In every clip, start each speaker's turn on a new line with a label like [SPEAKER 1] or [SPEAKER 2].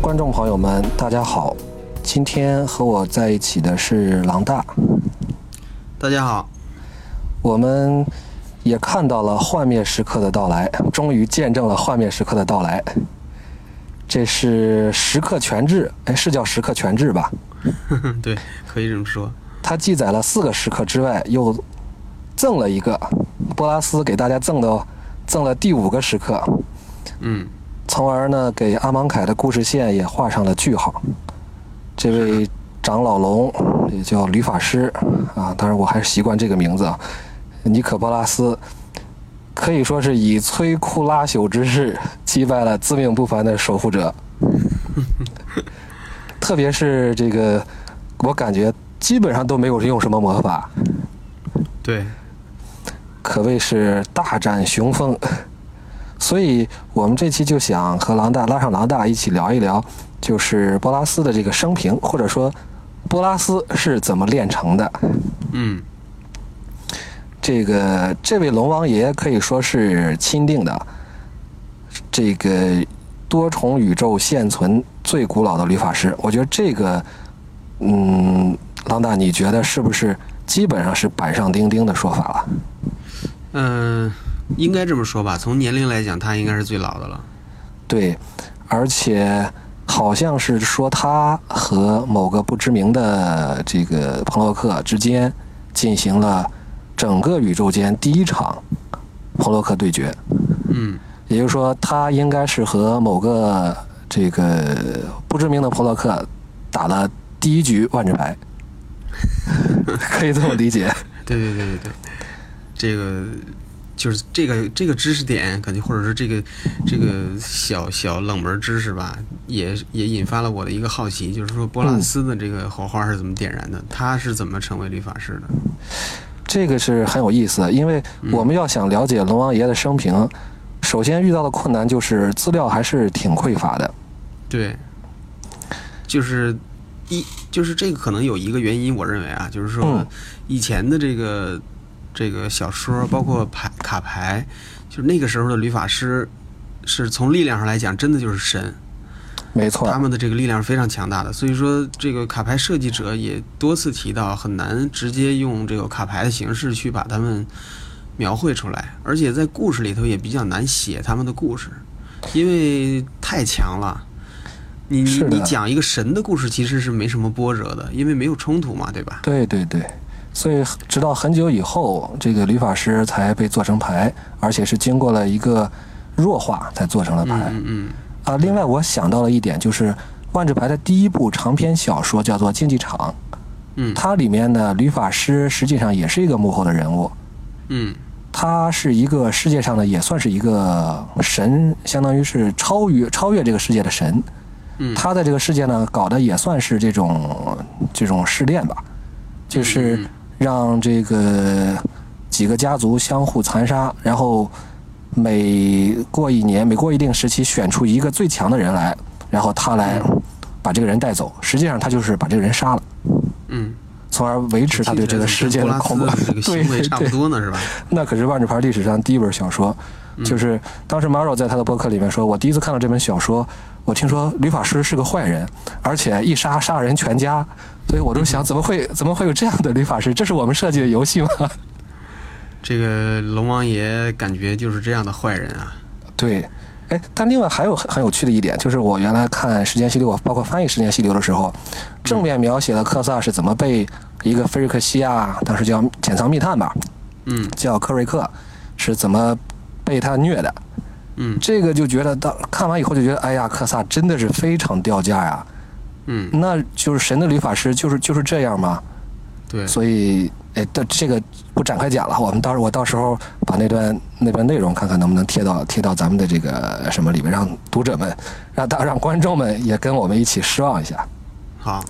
[SPEAKER 1] 观众朋友们，大家好，今天和我在一起的是狼大，
[SPEAKER 2] 大家好，
[SPEAKER 1] 我们也看到了幻灭时刻的到来，终于见证了幻灭时刻的到来。这是时刻全志，哎，是叫时刻全志吧？
[SPEAKER 2] 对，可以这么说。
[SPEAKER 1] 它记载了四个时刻之外，又赠了一个，波拉斯给大家赠的，赠了第五个时刻，
[SPEAKER 2] 嗯，
[SPEAKER 1] 从而呢给阿芒凯的故事线也画上了句号。这位长老龙也叫吕法师啊，当然我还是习惯这个名字啊，尼可波拉斯。可以说是以摧枯拉朽之势击败了自命不凡的守护者，特别是这个，我感觉基本上都没有用什么魔法，
[SPEAKER 2] 对，
[SPEAKER 1] 可谓是大展雄风。 所以我们这期就想和狼大拉上狼大一起聊一聊，就是波拉斯的这个生平，或者说波拉斯是怎么炼成的。
[SPEAKER 2] 嗯，
[SPEAKER 1] 这个这位龙王爷可以说是钦定的这个多重宇宙现存最古老的律法师。我觉得这个，嗯，郎大，你觉得是不是基本上是板上钉钉的说法了？
[SPEAKER 2] 嗯、应该这么说吧。从年龄来讲，他应该是最老的了。
[SPEAKER 1] 对，而且好像是说他和某个不知名的这个彭洛克之间进行了整个宇宙间第一场彭洛克对决。
[SPEAKER 2] 嗯，
[SPEAKER 1] 也就是说，他应该是和某个这个不知名的普洛克打了第一局万智牌， 可以这么理解。
[SPEAKER 2] 对对对对对，这个就是这个这个知识点，感觉或者是这个这个小小冷门知识吧，也也引发了我的一个好奇，就是说波拉斯的这个火花是怎么点燃的？他是怎么成为律法师的？
[SPEAKER 1] 这个是很有意思的，因为我们要想了解龙王爷的生平，首先遇到的困难就是资料还是挺匮乏的。
[SPEAKER 2] 对，就是一就是这个可能有一个原因，我认为啊，就是说
[SPEAKER 1] 嗯
[SPEAKER 2] 以前的这个这个小说，包括牌卡牌，就是那个时候的旅法师，是从力量上来讲，真的就是神，
[SPEAKER 1] 没错
[SPEAKER 2] 他
[SPEAKER 1] 儿，
[SPEAKER 2] 们的这个力量是非常强大的。所以说，这个卡牌设计者也多次提到，很难直接用这个卡牌的形式去把他们描绘出来，而且在故事里头也比较难写他们的故事，因为太强了。你你
[SPEAKER 1] 是的
[SPEAKER 2] 你讲一个神的故事，其实是没什么波折的，因为没有冲突嘛，对吧？
[SPEAKER 1] 对对对。所以，直到很久以后，这个吕法师才被做成牌，而且是经过了一个弱化才做成了牌。
[SPEAKER 2] 嗯嗯，
[SPEAKER 1] 啊，另外我想到了一点，就是万智牌的第一部长篇小说叫做《竞技场》，
[SPEAKER 2] 嗯
[SPEAKER 1] 它里面的吕法师实际上也是一个幕后的人物，
[SPEAKER 2] 嗯
[SPEAKER 1] 他是一个世界上的也算是一个神，相当于是超越超越这个世界的神。
[SPEAKER 2] 嗯
[SPEAKER 1] 他在这个世界呢搞的也算是这种这种试炼吧，就是
[SPEAKER 2] 嗯
[SPEAKER 1] 让这个几个家族相互残杀，然后每过一年、每过一定时期选出一个最强的人来，然后他来把这个人带走。实际上他就是把这个人杀了，
[SPEAKER 2] 嗯，
[SPEAKER 1] 从而维持他对这个世界的控管
[SPEAKER 2] 跟波拉斯。这个
[SPEAKER 1] 对
[SPEAKER 2] 行为
[SPEAKER 1] 对
[SPEAKER 2] 差不
[SPEAKER 1] 对，
[SPEAKER 2] 多呢，是吧？
[SPEAKER 1] 那可是万智牌历史上第一本小说。就是当时 Maro 在他的博客里面说，我第一次看到这本小说，我听说吕法师是个坏人，而且一杀杀人全家，所以我就想，怎么会怎么会有这样的吕法师？这是我们设计的游戏吗？
[SPEAKER 2] 这个龙王爷感觉就是这样的坏人啊。
[SPEAKER 1] 对，哎，但另外还有很很有趣的一点，就是我原来看《时间溪流》，包括翻译《时间溪流》的时候，正面描写了克萨是怎么被一个菲瑞克西亚，当时叫潜藏密探吧，
[SPEAKER 2] 嗯
[SPEAKER 1] 叫克瑞克，是怎么被他虐的。
[SPEAKER 2] 嗯
[SPEAKER 1] 这个就觉得当看完以后就觉得，哎呀，克萨真的是非常掉价呀、
[SPEAKER 2] 嗯，
[SPEAKER 1] 那就是神的律法师就是就是这样嘛。
[SPEAKER 2] 对，
[SPEAKER 1] 所以，哎，这这个不展开讲了，我们到时候我到时候把那段那段内容看看能不能贴到贴到咱们的这个什么里面，让读者们让大让观众们也跟我们一起失望一下。
[SPEAKER 2] 好，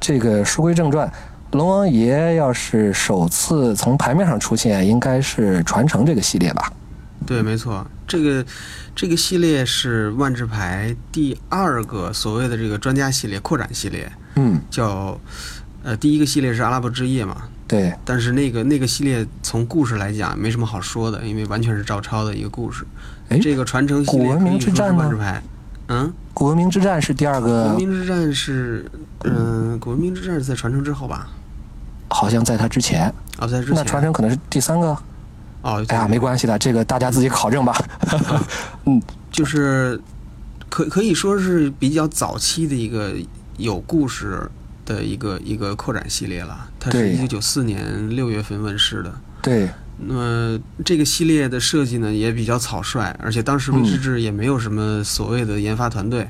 [SPEAKER 1] 这个书归正传，龙王爷要是首次从牌面上出现，应该是传承这个系列吧？
[SPEAKER 2] 对，没错，这个这个系列是万智牌第二个所谓的这个专家系列扩展系列，
[SPEAKER 1] 嗯，
[SPEAKER 2] 叫呃第一个系列是阿拉伯之夜嘛，
[SPEAKER 1] 对，
[SPEAKER 2] 但是那个那个系列从故事来讲没什么好说的，因为完全是照抄的一个故事
[SPEAKER 1] 诶。
[SPEAKER 2] 这个传承系
[SPEAKER 1] 古
[SPEAKER 2] 列
[SPEAKER 1] 文
[SPEAKER 2] 可
[SPEAKER 1] 明
[SPEAKER 2] 以
[SPEAKER 1] 之
[SPEAKER 2] 说是
[SPEAKER 1] 战呢
[SPEAKER 2] 万智牌，嗯，
[SPEAKER 1] 古文明之战是第二
[SPEAKER 2] 古文
[SPEAKER 1] 个，
[SPEAKER 2] 明之战是，嗯、古文明之战是在传承之后吧？
[SPEAKER 1] 好像在它之前。
[SPEAKER 2] 啊，在之
[SPEAKER 1] 那
[SPEAKER 2] 前。
[SPEAKER 1] 传承可能是第三个。
[SPEAKER 2] 哦，
[SPEAKER 1] 哎呀，没关系的，这个大家自己考证 吧。
[SPEAKER 2] 就是可可以说是比较早期的一个有故事的一个一个扩展系列了。它是
[SPEAKER 1] 对
[SPEAKER 2] 一九九四年六月份问世的。
[SPEAKER 1] 对，
[SPEAKER 2] 那么这个系列的设计呢也比较草率，而且当时
[SPEAKER 1] 嗯
[SPEAKER 2] 威士忌也没有什么所谓的研发团队，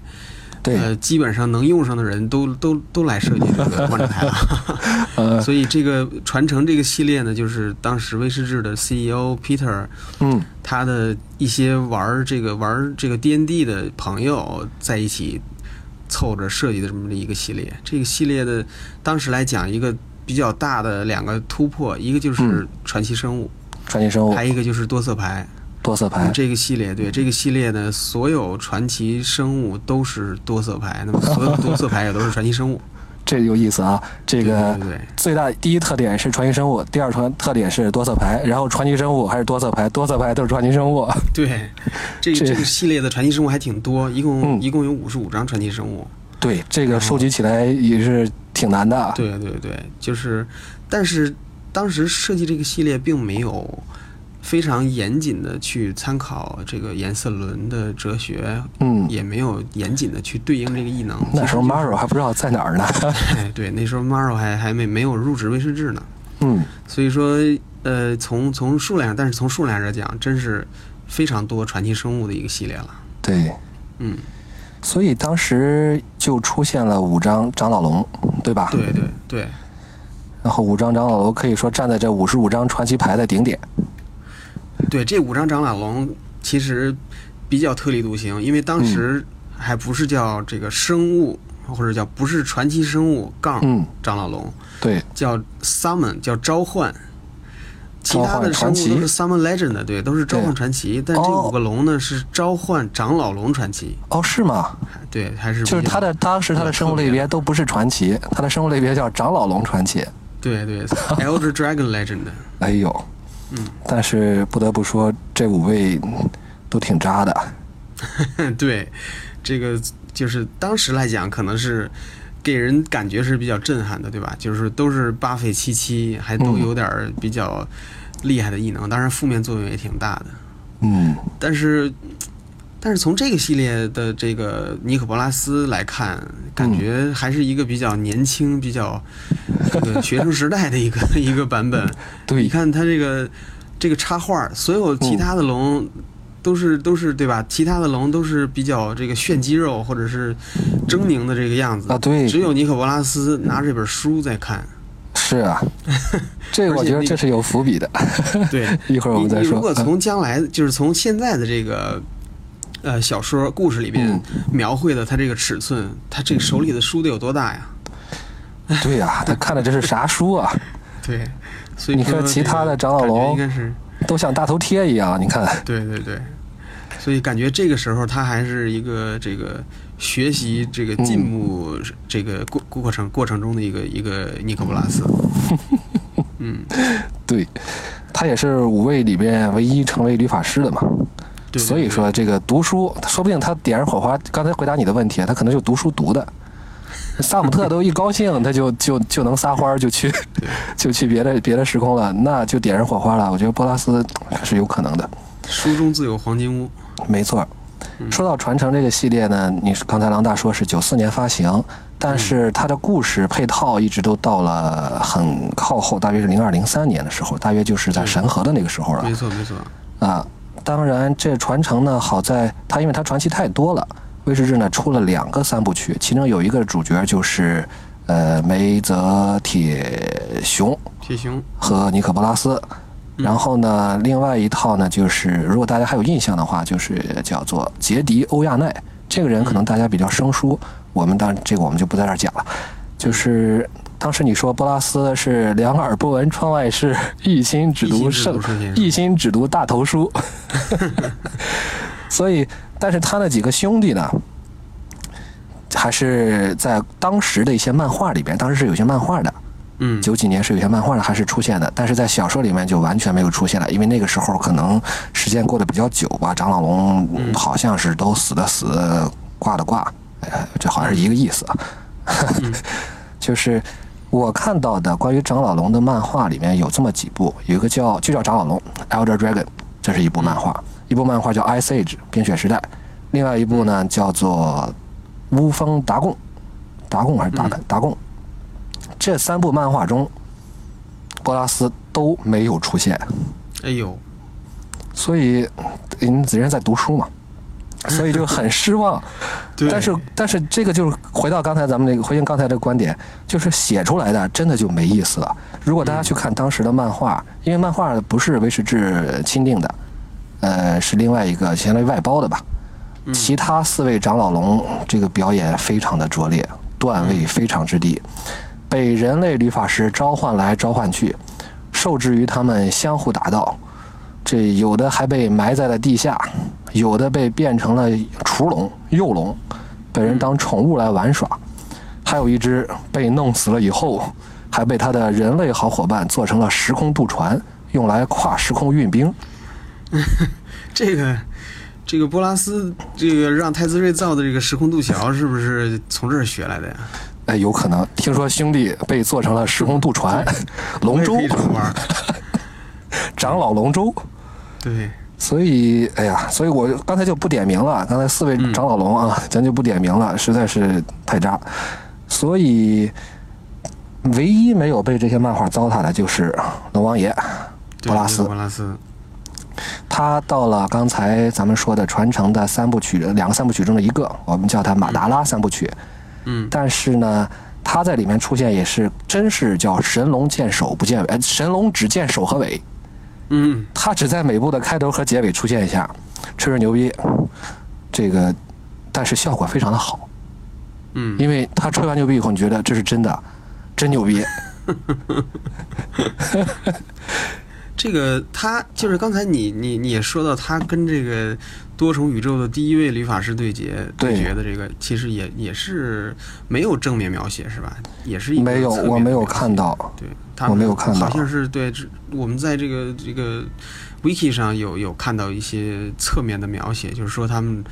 [SPEAKER 1] 对，
[SPEAKER 2] 呃，基本上能用上的人都都都来设计这个观察台了。
[SPEAKER 1] 呃，
[SPEAKER 2] 所以这个传承这个系列呢，就是当时威士忌的 CEO Peter
[SPEAKER 1] 嗯，
[SPEAKER 2] 他的一些玩儿这个玩儿这个 D N D 的朋友在一起凑着设计的这么一个系列。这个系列的当时来讲，一个比较大的两个突破，一个就是
[SPEAKER 1] 嗯
[SPEAKER 2] 传奇生物，
[SPEAKER 1] 传奇生物
[SPEAKER 2] 还有一个就是多色牌。
[SPEAKER 1] 多色牌，
[SPEAKER 2] 这个系列对这个系列呢，所有传奇生物都是多色牌，那么所有的多色牌也都是传奇生物。
[SPEAKER 1] 这有意思啊。 这个
[SPEAKER 2] 对对对
[SPEAKER 1] 最大第一特点是传奇生物，第二传特点是多色牌，然后传奇生物还是多色牌，多色牌都是传奇生物。
[SPEAKER 2] 对，这个
[SPEAKER 1] 这
[SPEAKER 2] 这个系列的传奇生物还挺多，一共
[SPEAKER 1] 嗯
[SPEAKER 2] 一共有五十五张传奇生物。
[SPEAKER 1] 对，这个收集起来也是挺难的。
[SPEAKER 2] 对对对，就是，但是当时设计这个系列并没有非常严谨的去参考这个颜色轮的哲学，
[SPEAKER 1] 嗯，
[SPEAKER 2] 也没有严谨的去对应这个异能。
[SPEAKER 1] 那时候 Maro 还不知道在哪儿呢。
[SPEAKER 2] 哎， 对，那时候 Maro 还还没没有入职威士忌呢，
[SPEAKER 1] 嗯，
[SPEAKER 2] 所以说，呃，从从数量，但是从数量上讲，真是非常多传奇生物的一个系列了。
[SPEAKER 1] 对，
[SPEAKER 2] 嗯，
[SPEAKER 1] 所以当时就出现了五张长老龙，对吧？
[SPEAKER 2] 对对对，
[SPEAKER 1] 然后五张长老龙可以说站在这五十五张传奇牌的顶点。
[SPEAKER 2] 对，这五张长老龙其实比较特立独行，因为
[SPEAKER 1] 嗯
[SPEAKER 2] 当时还不是叫这个生物，或者叫不是传奇生物杠
[SPEAKER 1] 嗯，
[SPEAKER 2] 长老龙，
[SPEAKER 1] 对，
[SPEAKER 2] 叫 summon，叫召唤。其他
[SPEAKER 1] 召
[SPEAKER 2] 的
[SPEAKER 1] 唤
[SPEAKER 2] 生
[SPEAKER 1] 传
[SPEAKER 2] 物
[SPEAKER 1] 奇
[SPEAKER 2] 都是 Summon Legend 的，对，都是召唤传奇。但这
[SPEAKER 1] 哦
[SPEAKER 2] 五个龙呢，是召唤长老龙传奇，
[SPEAKER 1] 哦，是吗？
[SPEAKER 2] 对，还是比
[SPEAKER 1] 就是
[SPEAKER 2] 较
[SPEAKER 1] 它的当时它的生物类别都不是传奇，它的生物类别叫长老龙传奇。
[SPEAKER 2] 对对 Elder Dragon Legend 的。
[SPEAKER 1] 哎呦，
[SPEAKER 2] 嗯，
[SPEAKER 1] 但是不得不说，这五位都挺渣的。
[SPEAKER 2] 对，这个就是当时来讲，可能是给人感觉是比较震撼的，对吧？就是都是巴费七七，还都
[SPEAKER 1] 嗯
[SPEAKER 2] 有点儿比较厉害的异能，当然负面作用也挺大的。
[SPEAKER 1] 嗯，
[SPEAKER 2] 但是，但是从这个系列的这个尼可波拉斯来看，感觉还是一个比较年轻、比较这个学生时代的一个 一个版本。你
[SPEAKER 1] 对，
[SPEAKER 2] 看他这个这个插画，所有其他的龙都是、都是对吧？其他的龙都是比较这个炫肌肉或者是狰狞的这个样子
[SPEAKER 1] 啊对
[SPEAKER 2] 只有尼可波拉斯拿这本书在 看。
[SPEAKER 1] 是 啊，这
[SPEAKER 2] 而且
[SPEAKER 1] 我觉得
[SPEAKER 2] 那
[SPEAKER 1] 这是有伏笔的。
[SPEAKER 2] 对，
[SPEAKER 1] 一会儿我
[SPEAKER 2] 你
[SPEAKER 1] 们再
[SPEAKER 2] 你如
[SPEAKER 1] 说
[SPEAKER 2] 果。
[SPEAKER 1] 嗯
[SPEAKER 2] 从将来就是从现在的这个。呃，小说故事里边
[SPEAKER 1] 嗯
[SPEAKER 2] 描绘的他这个尺寸，他这个手里的书得有多大呀？
[SPEAKER 1] 对呀、他看的这是啥书 啊？
[SPEAKER 2] 对，所以
[SPEAKER 1] 你看其他的长老龙
[SPEAKER 2] 感觉应该是
[SPEAKER 1] 都像大头贴一样，你看。
[SPEAKER 2] 对对对，所以感觉这个时候他还是一个这个学习这个
[SPEAKER 1] 嗯
[SPEAKER 2] 进步这个过过程过程中的一个一个尼可波拉斯。嗯，
[SPEAKER 1] 对，他也是五位里边唯一成为律法师的嘛。
[SPEAKER 2] 对，
[SPEAKER 1] 所以
[SPEAKER 2] 对
[SPEAKER 1] 说这个读书，说不定他点燃火花。刚才回答你的问题，啊他可能就读书 读的。萨姆特都一高兴，他就就就能撒欢儿，就去 就去别的别的时空了，那就点燃火花了。我觉得波拉斯是有可能的，
[SPEAKER 2] 对书中自有黄金屋。
[SPEAKER 1] 没错儿。说到传承这个系列呢，你是刚才狼大说是九四年发行，但是它的故事配套一直都到了很靠后，大约是零二零三年的时候，大约就是在神河的那个时候了。
[SPEAKER 2] 没错没错，
[SPEAKER 1] 啊，当然这传承呢，好在它因为它传奇太多了，威士忌呢出了两个三部曲，其中有一个主角就是呃梅泽铁雄
[SPEAKER 2] 铁熊
[SPEAKER 1] 和尼可波拉斯。然后呢，另外一套呢，就是如果大家还有印象的话，就是叫做杰迪欧亚奈。这个人可能大家比较生疏，我们当这个我们就不在这儿讲了。就是当时你说波拉斯是两耳不闻窗外事，一心只读
[SPEAKER 2] 一心只
[SPEAKER 1] 圣
[SPEAKER 2] 读圣贤书
[SPEAKER 1] 一心只读大头书。所以，但是他那几个兄弟呢，还是在当时的一些漫画里边，当时是有些漫画的，
[SPEAKER 2] 嗯，
[SPEAKER 1] 九几年是有些漫画上还是出现的，但是在小说里面就完全没有出现了，因为那个时候可能时间过得比较久吧，长老龙嗯好像是都死的死，挂的挂，呃，这好像是一个意思啊。 就是我看到的关于长老龙的漫画里面有这么几部，有一个叫就叫长老龙 （Elder Dragon），这是一部漫画；一部漫画叫《Ice Age》冰雪时代；另外一部呢叫做《乌风达贡》，达贡还是达达贡？这三部漫画中，波拉斯都没有出现，
[SPEAKER 2] 哎呦，
[SPEAKER 1] 所以嗯林子人在读书嘛，所以就很失望。
[SPEAKER 2] 对，
[SPEAKER 1] 但是但是这个就是回到刚才咱们那个回应刚才这个观点，就是写出来的真的就没意思了。如果大家去看当时的漫画，因为漫画不是维世志钦定的，呃，是另外一个相当于外包的吧。其他四位长老龙这个表演非常的拙劣，段位非常之低，被人类理发师召唤来召唤去，受制于他们相互打斗。这有的还被埋在了地下，有的被变成了雏龙、幼龙，被人
[SPEAKER 2] 嗯
[SPEAKER 1] 当宠物来玩耍，还有一只被弄死了以后，还被他的人类好伙伴做成了时空渡船，用来跨时空运兵。
[SPEAKER 2] 这个这个波拉斯这个让泰兹瑞造的这个时空渡桥是不是从这儿学来的呀？
[SPEAKER 1] 哎，有可能听说兄弟被做成了时空渡船，龙舟
[SPEAKER 2] 我也可以这么玩儿。
[SPEAKER 1] 长老龙舟。
[SPEAKER 2] 对，
[SPEAKER 1] 所以，哎呀，所以我刚才就不点名了。刚才四位长老龙啊，咱就不点名了，实在是太渣。所以，唯一没有被这些漫画糟蹋的就是龙王爷
[SPEAKER 2] 对
[SPEAKER 1] 波拉斯
[SPEAKER 2] 波。拉斯，
[SPEAKER 1] 他到了刚才咱们说的传承的三部曲，两个三部曲中的一个，我们叫他马达拉三部曲。
[SPEAKER 2] 嗯，
[SPEAKER 1] 但是呢，他在里面出现也是真是叫神龙见首不见尾，哎，神龙只见首和尾，
[SPEAKER 2] 嗯，
[SPEAKER 1] 他只在每部的开头和结尾出现一下，吹吹牛逼，这个，但是效果非常的好，
[SPEAKER 2] 嗯，
[SPEAKER 1] 因为他吹完牛逼以后，你觉得这是真的，真牛逼，
[SPEAKER 2] 这个他就是刚才你你你也说到他跟这个多重宇宙的第一位理发师对决
[SPEAKER 1] 对
[SPEAKER 2] 决的这个，其实也也是没有正面描写是吧？也是一个
[SPEAKER 1] 没有，
[SPEAKER 2] 侧面的
[SPEAKER 1] 我没有
[SPEAKER 2] 描写
[SPEAKER 1] 看到，
[SPEAKER 2] 对，他们
[SPEAKER 1] 我没有看到
[SPEAKER 2] 好像是对，这我们在这个这个 wiki 上有有看到一些侧面的描写，就是说他们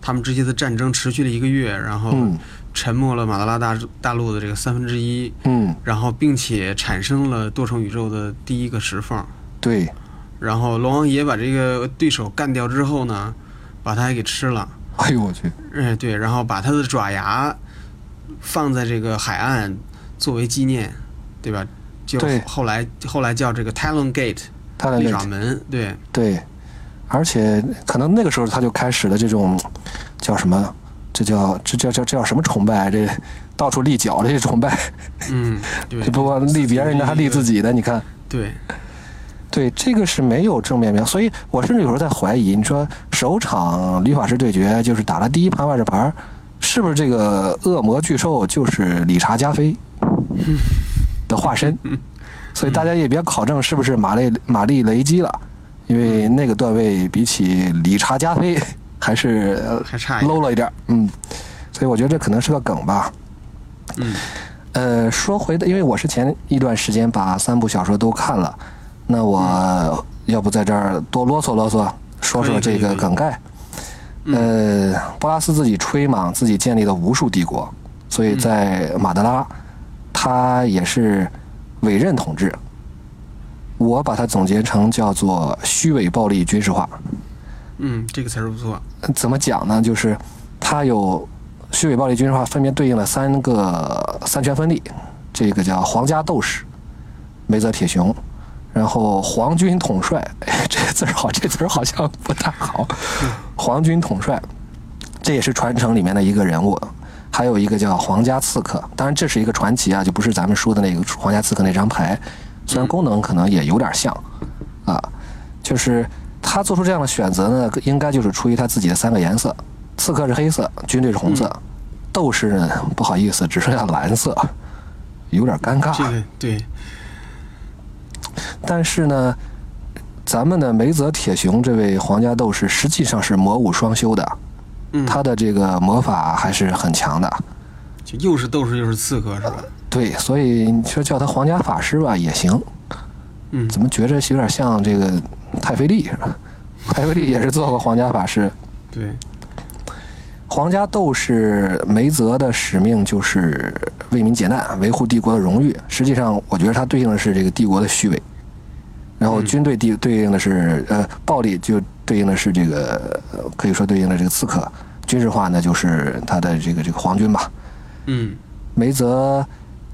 [SPEAKER 2] 他们之间的战争持续了一个月，然后
[SPEAKER 1] 嗯
[SPEAKER 2] 沉没了马德拉大大陆的这个三分之一，
[SPEAKER 1] 嗯，
[SPEAKER 2] 然后并且产生了多重宇宙的第一个石缝，
[SPEAKER 1] 对，
[SPEAKER 2] 然后龙王爷把这个对手干掉之后呢，把他还给吃了，
[SPEAKER 1] 哎呦我去，
[SPEAKER 2] 哎对，然后把他的爪牙放在这个海岸作为纪念，对吧？就
[SPEAKER 1] 对
[SPEAKER 2] 后来后来叫这个 Talon Gate
[SPEAKER 1] 他的
[SPEAKER 2] 利
[SPEAKER 1] 那
[SPEAKER 2] 爪门，对，
[SPEAKER 1] 对，而且可能那个时候他就开始了这种叫什么，这叫这叫叫这叫什么崇拜，啊这到处立脚的这崇拜，
[SPEAKER 2] 嗯，对，
[SPEAKER 1] 不光立别人的，还立自己的，你看。
[SPEAKER 2] 对，
[SPEAKER 1] 对，这个是没有正面描，所以我甚至有时候在怀疑，你说首场理发师对决就是打了第一盘万智牌，是不是这个恶魔巨兽就是理查加菲的化身？所以大家也别考证是不是玛丽玛丽雷基了，因为那个段位比起理查加菲还是呃
[SPEAKER 2] 还差一点
[SPEAKER 1] low 了一点儿，嗯，所以我觉得这可能是个梗吧。
[SPEAKER 2] 嗯
[SPEAKER 1] 呃，说回的，因为我是前一段时间把三部小说都看了，那我要不在这儿多啰嗦啰嗦，说说这
[SPEAKER 2] 可
[SPEAKER 1] 个
[SPEAKER 2] 以可以
[SPEAKER 1] 梗概。呃，波拉斯自己吹嘛，自己建立了无数帝国，所以在马德拉，他也是委任统治。我把它总结成叫做虚伪暴力军事化。
[SPEAKER 2] 嗯，这个词儿不错，
[SPEAKER 1] 怎么讲呢？就是它有虚伪暴力军事化，分别对应了三个三权分立，这个叫皇家斗士梅泽铁雄，然后皇军统帅， 哎、这字儿好，这词儿好像不大好，
[SPEAKER 2] 嗯
[SPEAKER 1] 皇军统帅，这也是传承里面的一个人物。还有一个叫皇家刺客，当然这是一个传奇啊，就不是咱们说的那个皇家刺客那张牌，虽
[SPEAKER 2] 嗯
[SPEAKER 1] 然功能可能也有点像，啊，就是他做出这样的选择呢，应该就是出于他自己的三个颜色：刺客是黑色，军队是红
[SPEAKER 2] 嗯
[SPEAKER 1] 色，斗士呢不好意思只剩下蓝色，有点尴尬。啊
[SPEAKER 2] 这个对，
[SPEAKER 1] 但是呢，咱们的梅泽铁雄这位皇家斗士实际上是魔武双修的，
[SPEAKER 2] 嗯，
[SPEAKER 1] 他的这个魔法还是很强的。
[SPEAKER 2] 就又是斗士又是刺客是吧？
[SPEAKER 1] 对，所以你说叫他皇家法师吧也行，
[SPEAKER 2] 嗯
[SPEAKER 1] 怎么觉着有点像这个太妃丽似的？太妃丽也是做过皇家法师，
[SPEAKER 2] 对，
[SPEAKER 1] 皇家斗士梅泽的使命就是为民解难，维护帝国的荣誉。实际上，我觉得它对应的是这个帝国的虚伪，然后军队对对应的是呃暴力，就对应的是这个呃可以说对应的这个刺客，军事化呢就是他的这个这个皇军吧。
[SPEAKER 2] 嗯
[SPEAKER 1] 梅泽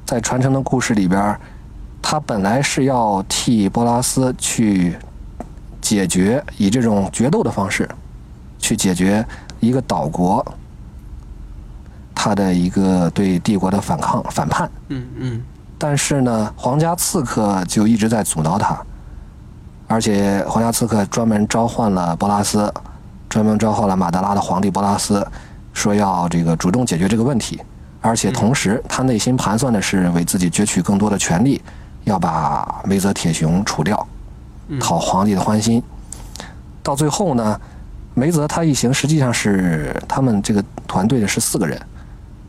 [SPEAKER 1] 在传承的故事里边儿，他本来是要替波拉斯去解决，以这种决斗的方式去解决一个岛国他的一个对帝国的反抗反叛，
[SPEAKER 2] 嗯嗯
[SPEAKER 1] 但是呢，皇家刺客就一直在阻挠他，而且皇家刺客专门召唤了波拉斯，专门召唤了马德拉的皇帝波拉斯，说要这个主动解决这个问题，而且同时他内心盘算的是为自己攫取更多的权利，要把梅泽铁雄除掉，
[SPEAKER 2] 嗯，
[SPEAKER 1] 讨皇帝的欢心。到最后呢，梅泽他一行实际上是他们这个团队的是四个人，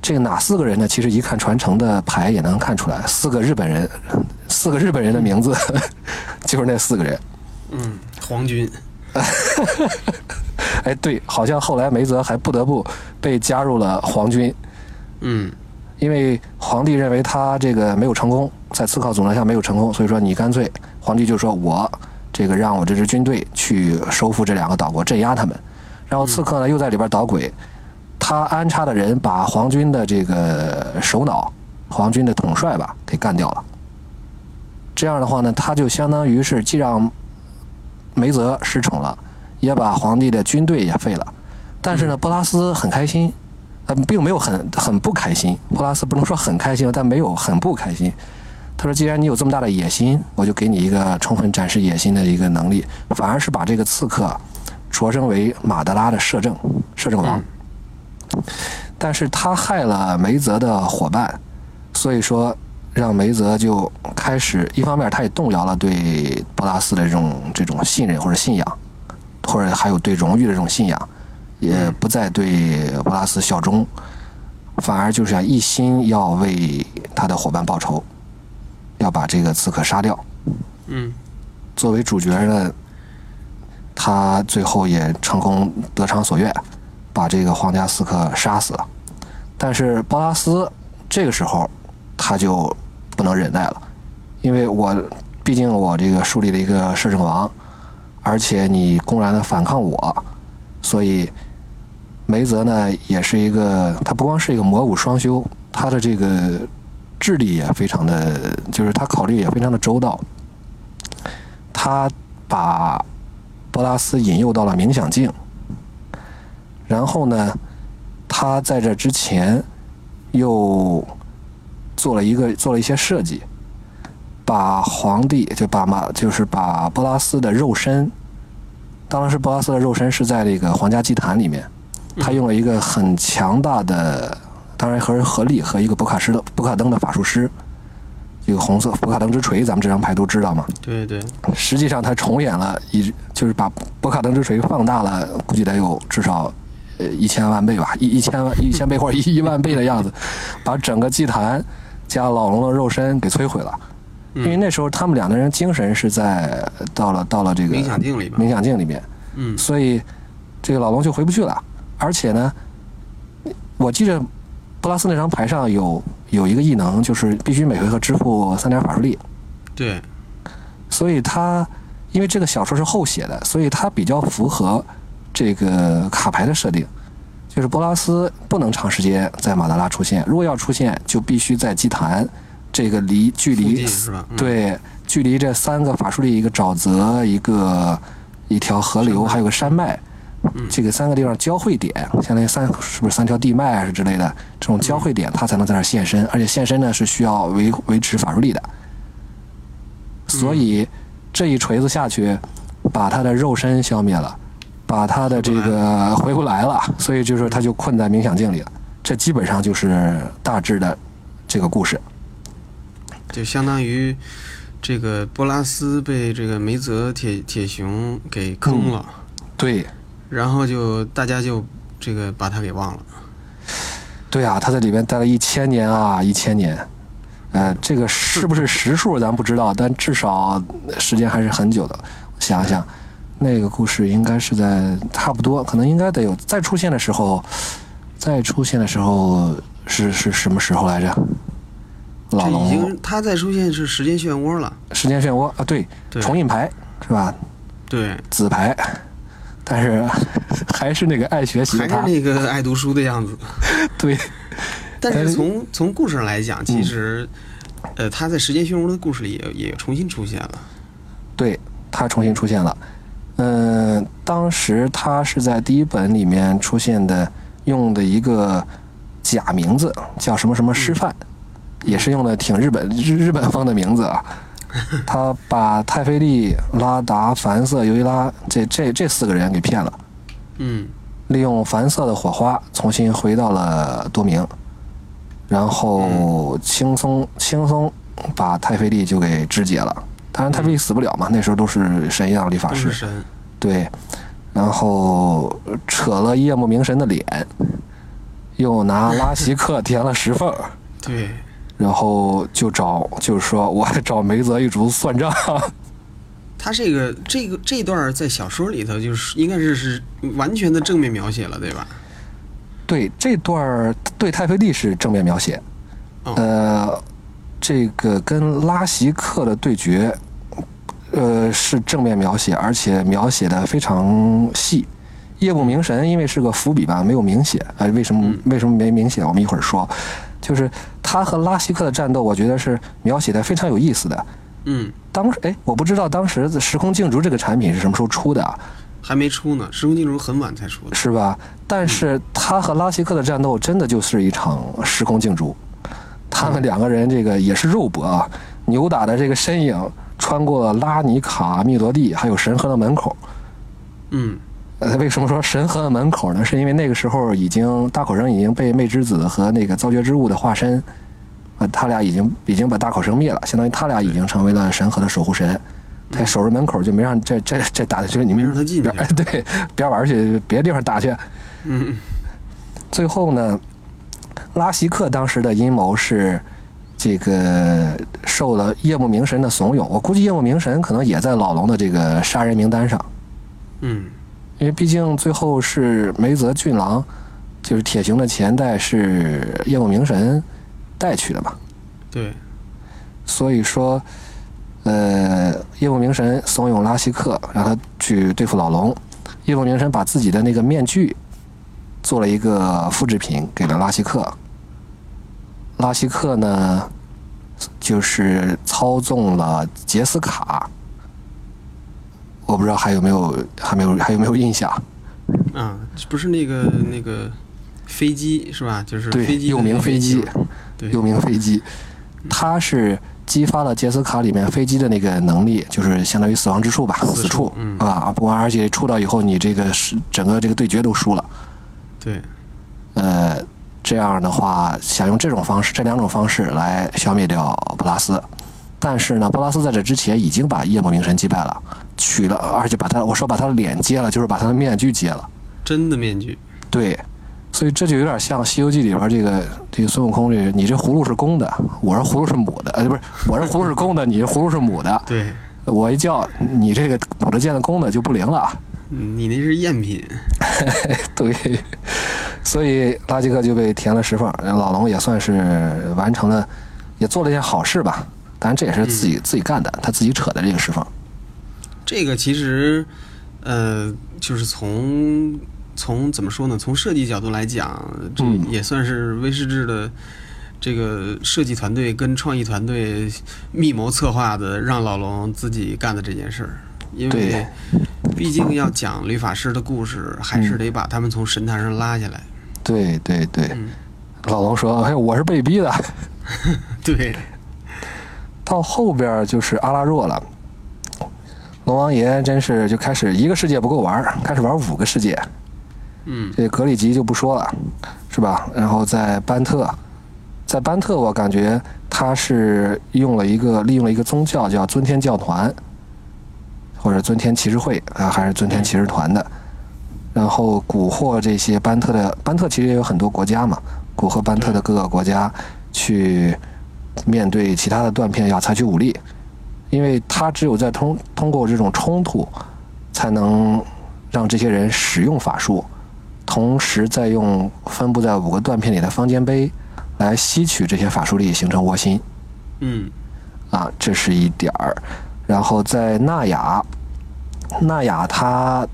[SPEAKER 1] 这个哪四个人呢？其实一看传承的牌也能看出来，四个日本人，四个日本人的名字 就是那四个人。
[SPEAKER 2] 嗯，皇军，
[SPEAKER 1] 哎，对，好像后来梅泽还不得不被加入了皇军，
[SPEAKER 2] 嗯
[SPEAKER 1] 因为皇帝认为他这个没有成功，在刺客总裁下没有成功，所以说你干脆，皇帝就说我这个让我这支军队去收复这两个岛国，镇压他们。然后刺客呢又在里边捣鬼，他安插的人把皇军的这个首脑，皇军的统帅吧给干掉了。这样的话呢，他就相当于是既让梅泽失宠了，也把皇帝的军队也废了。但是呢，波拉斯很开心，呃，并没有很很不开心。波拉斯不能说很开心，但没有很不开心。他说：“既然你有这么大的野心，我就给你一个充分展示野心的一个能力，反而是把这个刺客擢升为马德拉的摄政摄政王。但是他害了梅泽的伙伴，所以说让梅泽就开始，一方面他也动摇了对博拉斯的这种这种信任或者信仰，或者还有对荣誉的这种信仰，也不再对博拉斯效忠，反而就是想一心要为他的伙伴报仇，要把这个刺客杀掉。
[SPEAKER 2] 嗯
[SPEAKER 1] 作为主角呢，他最后也成功得偿所愿，把这个皇家刺客杀死了。但是波拉斯这个时候他就不能忍耐了，因为我毕竟我这个树立了一个摄政王，而且你公然的反抗我，所以梅泽呢也是一个，他不光是一个魔武双修，他的这个智力也非常的，就是他考虑也非常的周到。他把波拉斯引诱到了冥想境，然后呢，他在这之前又做了一个做了一些设计，把皇帝就把马就是把波拉斯的肉身，当时波拉斯的肉身是在这个皇家祭坛里面，他用了一个很强大的，当然和合力和一个博卡斯的博卡登的法术师，这个红色博卡登之锤，咱们这张牌都知道嘛。
[SPEAKER 2] 对对，
[SPEAKER 1] 实际上他重演了一，就是把博卡登之锤放大了，估计得有至少呃一千万倍吧，一一千万一千 倍或者一一万倍的样子，把整个祭坛加老龙的肉身给摧毁了。
[SPEAKER 2] 嗯
[SPEAKER 1] 因为那时候他们两个人精神是在到了到了这个
[SPEAKER 2] 冥想境里吧，
[SPEAKER 1] 冥想境里面，
[SPEAKER 2] 嗯
[SPEAKER 1] 所以这个老龙就回不去了。而且呢，我记着布拉斯那张牌上有有一个异能，就是必须每回合支付三点法术力。
[SPEAKER 2] 对，
[SPEAKER 1] 所以他因为这个小说是后写的，所以它比较符合这个卡牌的设定，就是波拉斯不能长时间在马德拉出现，如果要出现，就必须在祭坛这个离距
[SPEAKER 2] 附
[SPEAKER 1] 离
[SPEAKER 2] 近是吧？嗯，
[SPEAKER 1] 对距离这三个法术力，一个沼泽，一个一条河流，还有个山脉。嗯这个三个地方交汇点，相当于三是不是三条地脉啊之类的这种交汇点，它才能在那儿现身，而且现身呢是需要维维持法术力的。所以这一锤子下去，把他的肉身消灭了，把他的这个回不来了，所以就是说他就困在冥想境里了。这基本上就是大致的这个故事。
[SPEAKER 2] 就相当于这个波拉斯被这个梅泽铁铁雄给坑了，
[SPEAKER 1] 对，
[SPEAKER 2] 然后就大家就这个把他给忘了。
[SPEAKER 1] 对啊，他在里面待了一千年啊，一千年。呃，这个是不是实数咱不知道，但至少时间还是很久的。我想想，那个故事应该是在差不多，可能应该得有再出现的时候，再出现的时候是是什么时候来着？老
[SPEAKER 2] 这已
[SPEAKER 1] 龙
[SPEAKER 2] 经它再出现是时间漩涡了。
[SPEAKER 1] 时间漩涡啊，对，
[SPEAKER 2] 对
[SPEAKER 1] 重印牌是吧？
[SPEAKER 2] 对，
[SPEAKER 1] 紫牌，但是 还是那个爱学习
[SPEAKER 2] 还
[SPEAKER 1] 的
[SPEAKER 2] 是
[SPEAKER 1] 他，
[SPEAKER 2] 那个爱读书的 样子。
[SPEAKER 1] 对，但
[SPEAKER 2] 但是
[SPEAKER 1] 是
[SPEAKER 2] 从从故事上来
[SPEAKER 1] 嗯
[SPEAKER 2] 讲，其实，呃，他在《时间漩涡》的故事里也也重新出现了。
[SPEAKER 1] 对，他重新出现了。嗯、当时他是在第一本里面出现的，用的一个假名字叫什么什么师范，也是用的挺日本日日本风的名字啊。他把泰菲利、拉达、凡瑟、尤伊拉这这这四个人给骗了，
[SPEAKER 2] 嗯，
[SPEAKER 1] 利用凡瑟的火花重新回到了多明，然后轻松轻松把太妃利就给肢解了。当然，太妃利死不了嘛，那时候都啊是神一样的理发
[SPEAKER 2] 嗯都是
[SPEAKER 1] 师，
[SPEAKER 2] 神。
[SPEAKER 1] 对。然后扯了夜幕明神的脸，又拿拉希克填了石缝，
[SPEAKER 2] 对，
[SPEAKER 1] 然后就找就是说我找梅泽一族算账，
[SPEAKER 2] 他这个这个这段在小说里头就是应该是是完全的正面描写了，对吧？
[SPEAKER 1] 对这段儿对太妃利是正面描写，
[SPEAKER 2] 哦
[SPEAKER 1] 呃，这个跟拉席克的对决，呃，是正面描写，而且描写的非常细。夜不明神因为是个伏笔吧，没有明写。哎、为什么
[SPEAKER 2] 嗯
[SPEAKER 1] 为什么没明写？我们一会儿说。就是他和拉希克的战斗，我觉得是描写的非常有意思的。
[SPEAKER 2] 嗯，
[SPEAKER 1] 当时哎，我不知道当时时空镜竹这个产品是什么时候出的啊，
[SPEAKER 2] 还没出呢，《时空镜轴》很晚才出的。
[SPEAKER 1] 是吧？但是他和拉希克的战斗真的就是一场时空竞逐，他们两个人这个也是肉搏啊，扭打的这个身影穿过了拉尼卡、密罗蒂还有神河的门口。
[SPEAKER 2] 嗯，
[SPEAKER 1] 呃，为什么说神河的门口呢？是因为那个时候已经大口生已经被魅之子和那个造绝之物的化身，啊，他俩已经已经把大口生灭了，相当于他俩已经成为了神河的守护神。他守着门口就没让这这这打的就是你们
[SPEAKER 2] 没让他进去
[SPEAKER 1] 边 对，别玩去，别地方打去。
[SPEAKER 2] 嗯，
[SPEAKER 1] 最后呢，拉希克当时的阴谋是这个受了夜幕明神的怂恿，我估计夜幕明神可能也在老龙的这个杀人名单上，
[SPEAKER 2] 嗯，
[SPEAKER 1] 因为毕竟最后是梅泽俊郎，就是铁熊的前代是夜幕明神带去的嘛，
[SPEAKER 2] 对，
[SPEAKER 1] 所以说，呃，夜幕明神怂恿拉希克让他去对付老龙，夜幕明神把自己的那个面具做了一个复制品给了拉希克，拉希克呢就是操纵了杰斯卡，我不知道还有没有还没有还有没有印象？
[SPEAKER 2] 啊，不是那个那个飞机是吧？就是
[SPEAKER 1] 对
[SPEAKER 2] 飞机的
[SPEAKER 1] 又名
[SPEAKER 2] 那个
[SPEAKER 1] 飞机
[SPEAKER 2] 技术，对，
[SPEAKER 1] 又名飞机，它是激发了杰斯卡里面飞机的那个能力，就是相当于死亡之处吧，
[SPEAKER 2] 死
[SPEAKER 1] 死
[SPEAKER 2] 触
[SPEAKER 1] 处
[SPEAKER 2] 嗯
[SPEAKER 1] 啊，不过而且触到以后，你这个是整个这个对决都输了。
[SPEAKER 2] 对，
[SPEAKER 1] 呃，这样的话，想用这种方式，这两种方式来消灭掉布拉斯。但是呢，布拉斯在这之前已经把夜幕明神击败了，取了，而且把他，我说把他的脸揭了，就是把他的面具揭了。
[SPEAKER 2] 真的面具。
[SPEAKER 1] 对，所以这就有点像《西游记》里边这个这个孙悟空这个，你这葫芦是公的，我这葫芦是母的，呃，不是，我这葫芦是公的，你这葫芦是母的，
[SPEAKER 2] 对，
[SPEAKER 1] 我一叫你这个母的见了公的就不灵了。 啊。
[SPEAKER 2] 你那是赝品。
[SPEAKER 1] 对，所以拉吉克就被填了石缝，老龙也算是完成了，也做了一件好事吧。当然这也是自己、自己干的，他自己扯的这个石缝。
[SPEAKER 2] 这个其实，呃，就是从从怎么说呢？从设计角度来讲，这
[SPEAKER 1] 嗯
[SPEAKER 2] 也算是威士忌的这个设计团队跟创意团队密谋策划的，让老龙自己干的这件事儿。因为
[SPEAKER 1] 对
[SPEAKER 2] 毕竟要讲律法师的故事，还是得把他们从神坛上拉下来。
[SPEAKER 1] 对对对，
[SPEAKER 2] 嗯，
[SPEAKER 1] 老龙说：“哎，我是被逼的。”
[SPEAKER 2] 对，
[SPEAKER 1] 到后边儿就是阿拉若了，龙王爷真是就开始一个世界不够玩儿，开始玩五个世界。
[SPEAKER 2] 嗯，
[SPEAKER 1] 这格里吉就不说了，是吧？然后在班特，在班特，我感觉他是用了一个利用了一个宗教叫尊天教团，或者尊天骑士会啊，还是尊天骑士团的，然后蛊惑这些班特的班特其实也有很多国家嘛，蛊惑班特的各个国家去面对其他的断片要采取武力，因为他只有在通通过这种冲突，才能让这些人使用法术，同时再用分布在五个断片里的方尖碑来吸取这些法术力，形成窝心
[SPEAKER 2] 嗯
[SPEAKER 1] 啊，这是一点儿。然后在纳雅，纳雅他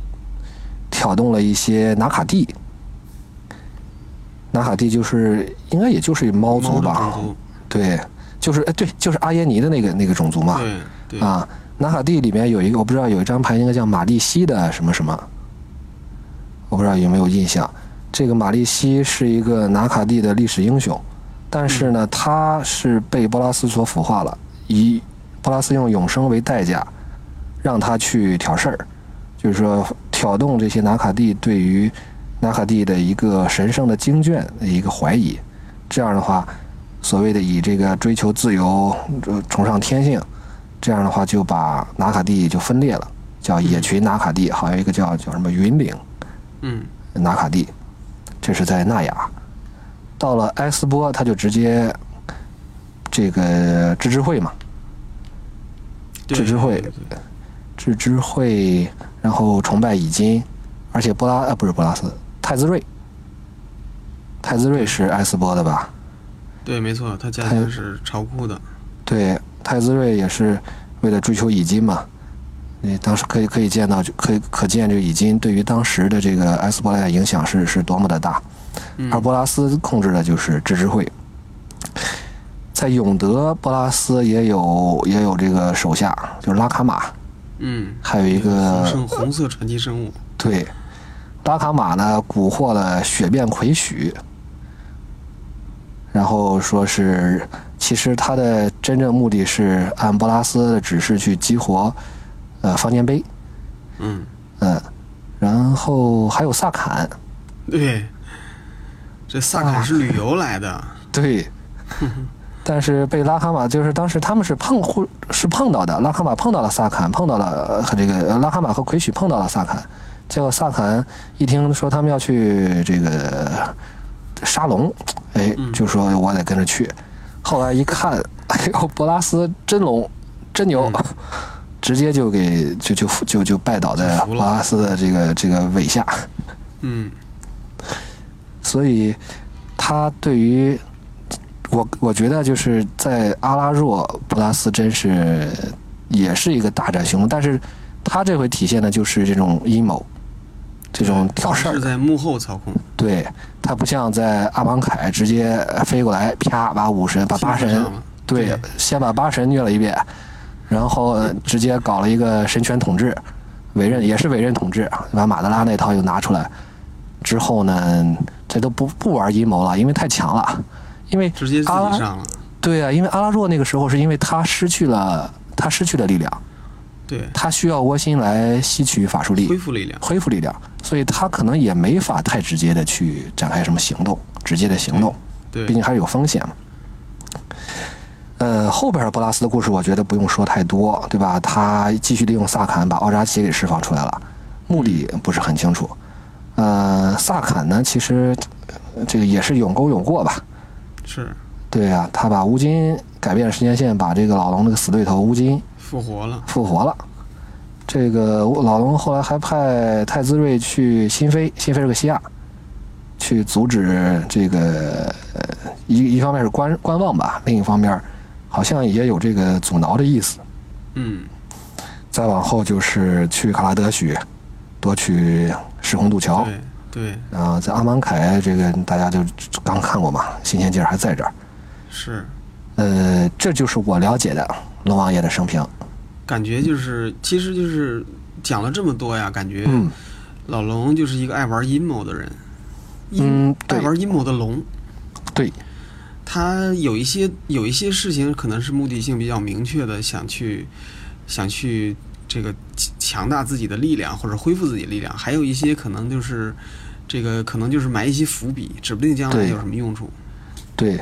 [SPEAKER 1] 挑动了一些拿卡蒂，拿卡蒂就是应该也就是猫族
[SPEAKER 2] 猫的
[SPEAKER 1] 吧
[SPEAKER 2] 种，族，
[SPEAKER 1] 对，就是哎对，就是阿耶尼的那个那个种族嘛，
[SPEAKER 2] 对对，
[SPEAKER 1] 啊，纳卡蒂里面有一个，我不知道有一张牌，应该叫玛丽西的什么什么，我不知道有没有印象。这个玛丽西是一个纳卡蒂的历史英雄，但是呢，他是被波拉斯所腐化了，以波拉斯用永生为代价，让他去挑事儿，就是说挑动这些纳卡蒂对于纳卡蒂的一个神圣的经卷的一个怀疑。这样的话，所谓的以这个追求自由、呃崇尚天性，这样的话就把拿卡地就分裂了，叫野群拿卡地，还有一个叫叫什么云岭
[SPEAKER 2] 嗯
[SPEAKER 1] 拿卡地，这是在纳雅。到了埃斯波，他就直接这个自治会嘛，
[SPEAKER 2] 对
[SPEAKER 1] 这只会
[SPEAKER 2] 对对
[SPEAKER 1] 自治会，然后崇拜已经，而且波拉呃不是波拉斯，泰兹瑞，泰兹瑞是埃斯波的吧？
[SPEAKER 2] 对，没错，他家
[SPEAKER 1] 他
[SPEAKER 2] 乡是巢库的，
[SPEAKER 1] 对，太子睿也是为了追求乙金嘛。你当时可以可以见到，就可以可见这个乙金对于当时的这个埃斯珀莱的影响是是多么的大。
[SPEAKER 2] 嗯
[SPEAKER 1] 而，波拉斯控制的就是自治会，在永德，波拉斯也有也有这个手下，就是拉卡玛，
[SPEAKER 2] 嗯，
[SPEAKER 1] 还有一个
[SPEAKER 2] 红生红色传奇生物，
[SPEAKER 1] 对，拉卡玛呢蛊惑了血变魁许，然后说是其实他的真正目的是按波拉斯的指示去激活呃方尖碑，
[SPEAKER 2] 嗯，
[SPEAKER 1] 嗯，然后还有萨坎，
[SPEAKER 2] 对，这萨卡是旅游来的，
[SPEAKER 1] 对， 但是被拉卡玛就是当时他们是碰互是碰到的，拉卡玛碰到了萨坎，碰到了呃和这个拉卡玛和奎许碰到了萨坎，结果萨坎一听说他们要去这个沙龙，哎，
[SPEAKER 2] 嗯
[SPEAKER 1] 就说我得跟着去。后来一看， 哎呦，博拉斯真龙，真牛，
[SPEAKER 2] 嗯
[SPEAKER 1] 直接就给就就就就拜倒在
[SPEAKER 2] 就服
[SPEAKER 1] 博
[SPEAKER 2] 了
[SPEAKER 1] 拉斯的这个这个尾下。
[SPEAKER 2] 嗯
[SPEAKER 1] 所以他对于我，我觉得就是在阿拉若布拉斯真是也是一个大展雄风，但是他这回体现的就是这种阴谋，这种挑事
[SPEAKER 2] 他是
[SPEAKER 1] 儿。
[SPEAKER 2] 在幕后操控，
[SPEAKER 1] 对他不像在阿芒凯直接飞过来，啪把武神把八
[SPEAKER 2] 基本
[SPEAKER 1] 神
[SPEAKER 2] 上了
[SPEAKER 1] 对
[SPEAKER 2] 对，
[SPEAKER 1] 先把八神虐了一遍，然后呃直接搞了一个神权统治，委任也是委任统治，啊把马德拉那套又拿出来，之后呢，这都不不玩阴谋了，因为太强了，因为
[SPEAKER 2] 直接自己
[SPEAKER 1] 阿拉
[SPEAKER 2] 上了，
[SPEAKER 1] 对啊，因为阿拉若那个时候是因为他失去了他失去了力量，
[SPEAKER 2] 对，
[SPEAKER 1] 他需要窝心来吸取法术
[SPEAKER 2] 恢
[SPEAKER 1] 力，
[SPEAKER 2] 复力量，
[SPEAKER 1] 恢复力量，所以他可能也没法太直接的去展开什么行动，直接的行动。
[SPEAKER 2] 对
[SPEAKER 1] 毕，竟还是有风险嘛。呃，后边的波拉斯的故事，我觉得不用说太多，对吧？他继续利用萨坎把奥扎奇给释放出来了，目的不是很清楚。呃，萨坎呢，其实呃这个也是有沟有过吧？
[SPEAKER 2] 是
[SPEAKER 1] 对啊，他把乌金改变了时间线，把这个老龙那个死对头乌金
[SPEAKER 2] 复活了，
[SPEAKER 1] 复活了。这个老龙后来还派太子睿去新飞，新飞是个西亚，去阻止这个呃一一方面是观观望吧，另一方面好像也有这个阻挠的意思。
[SPEAKER 2] 嗯，
[SPEAKER 1] 再往后就是去卡拉德许夺取时空渡桥，
[SPEAKER 2] 对对
[SPEAKER 1] 然后在阿芒凯这个大家就刚看过嘛，新鲜劲儿还在这儿。
[SPEAKER 2] 是。
[SPEAKER 1] 呃，这就是我了解的龙王爷的生平。
[SPEAKER 2] 感觉就是，其实就是讲了这么多呀，感觉
[SPEAKER 1] 嗯
[SPEAKER 2] 老龙就是一个爱玩阴谋的人，阴
[SPEAKER 1] 嗯，对
[SPEAKER 2] 爱玩阴谋的龙。
[SPEAKER 1] 对，
[SPEAKER 2] 他有一些有一些事情可能是目的性比较明确的，想去想去这个强强大自己的力量或者恢复自己的力量，还有一些可能就是这个可能就是埋一些伏笔，指不定将来
[SPEAKER 1] 对
[SPEAKER 2] 有什么用处。
[SPEAKER 1] 对，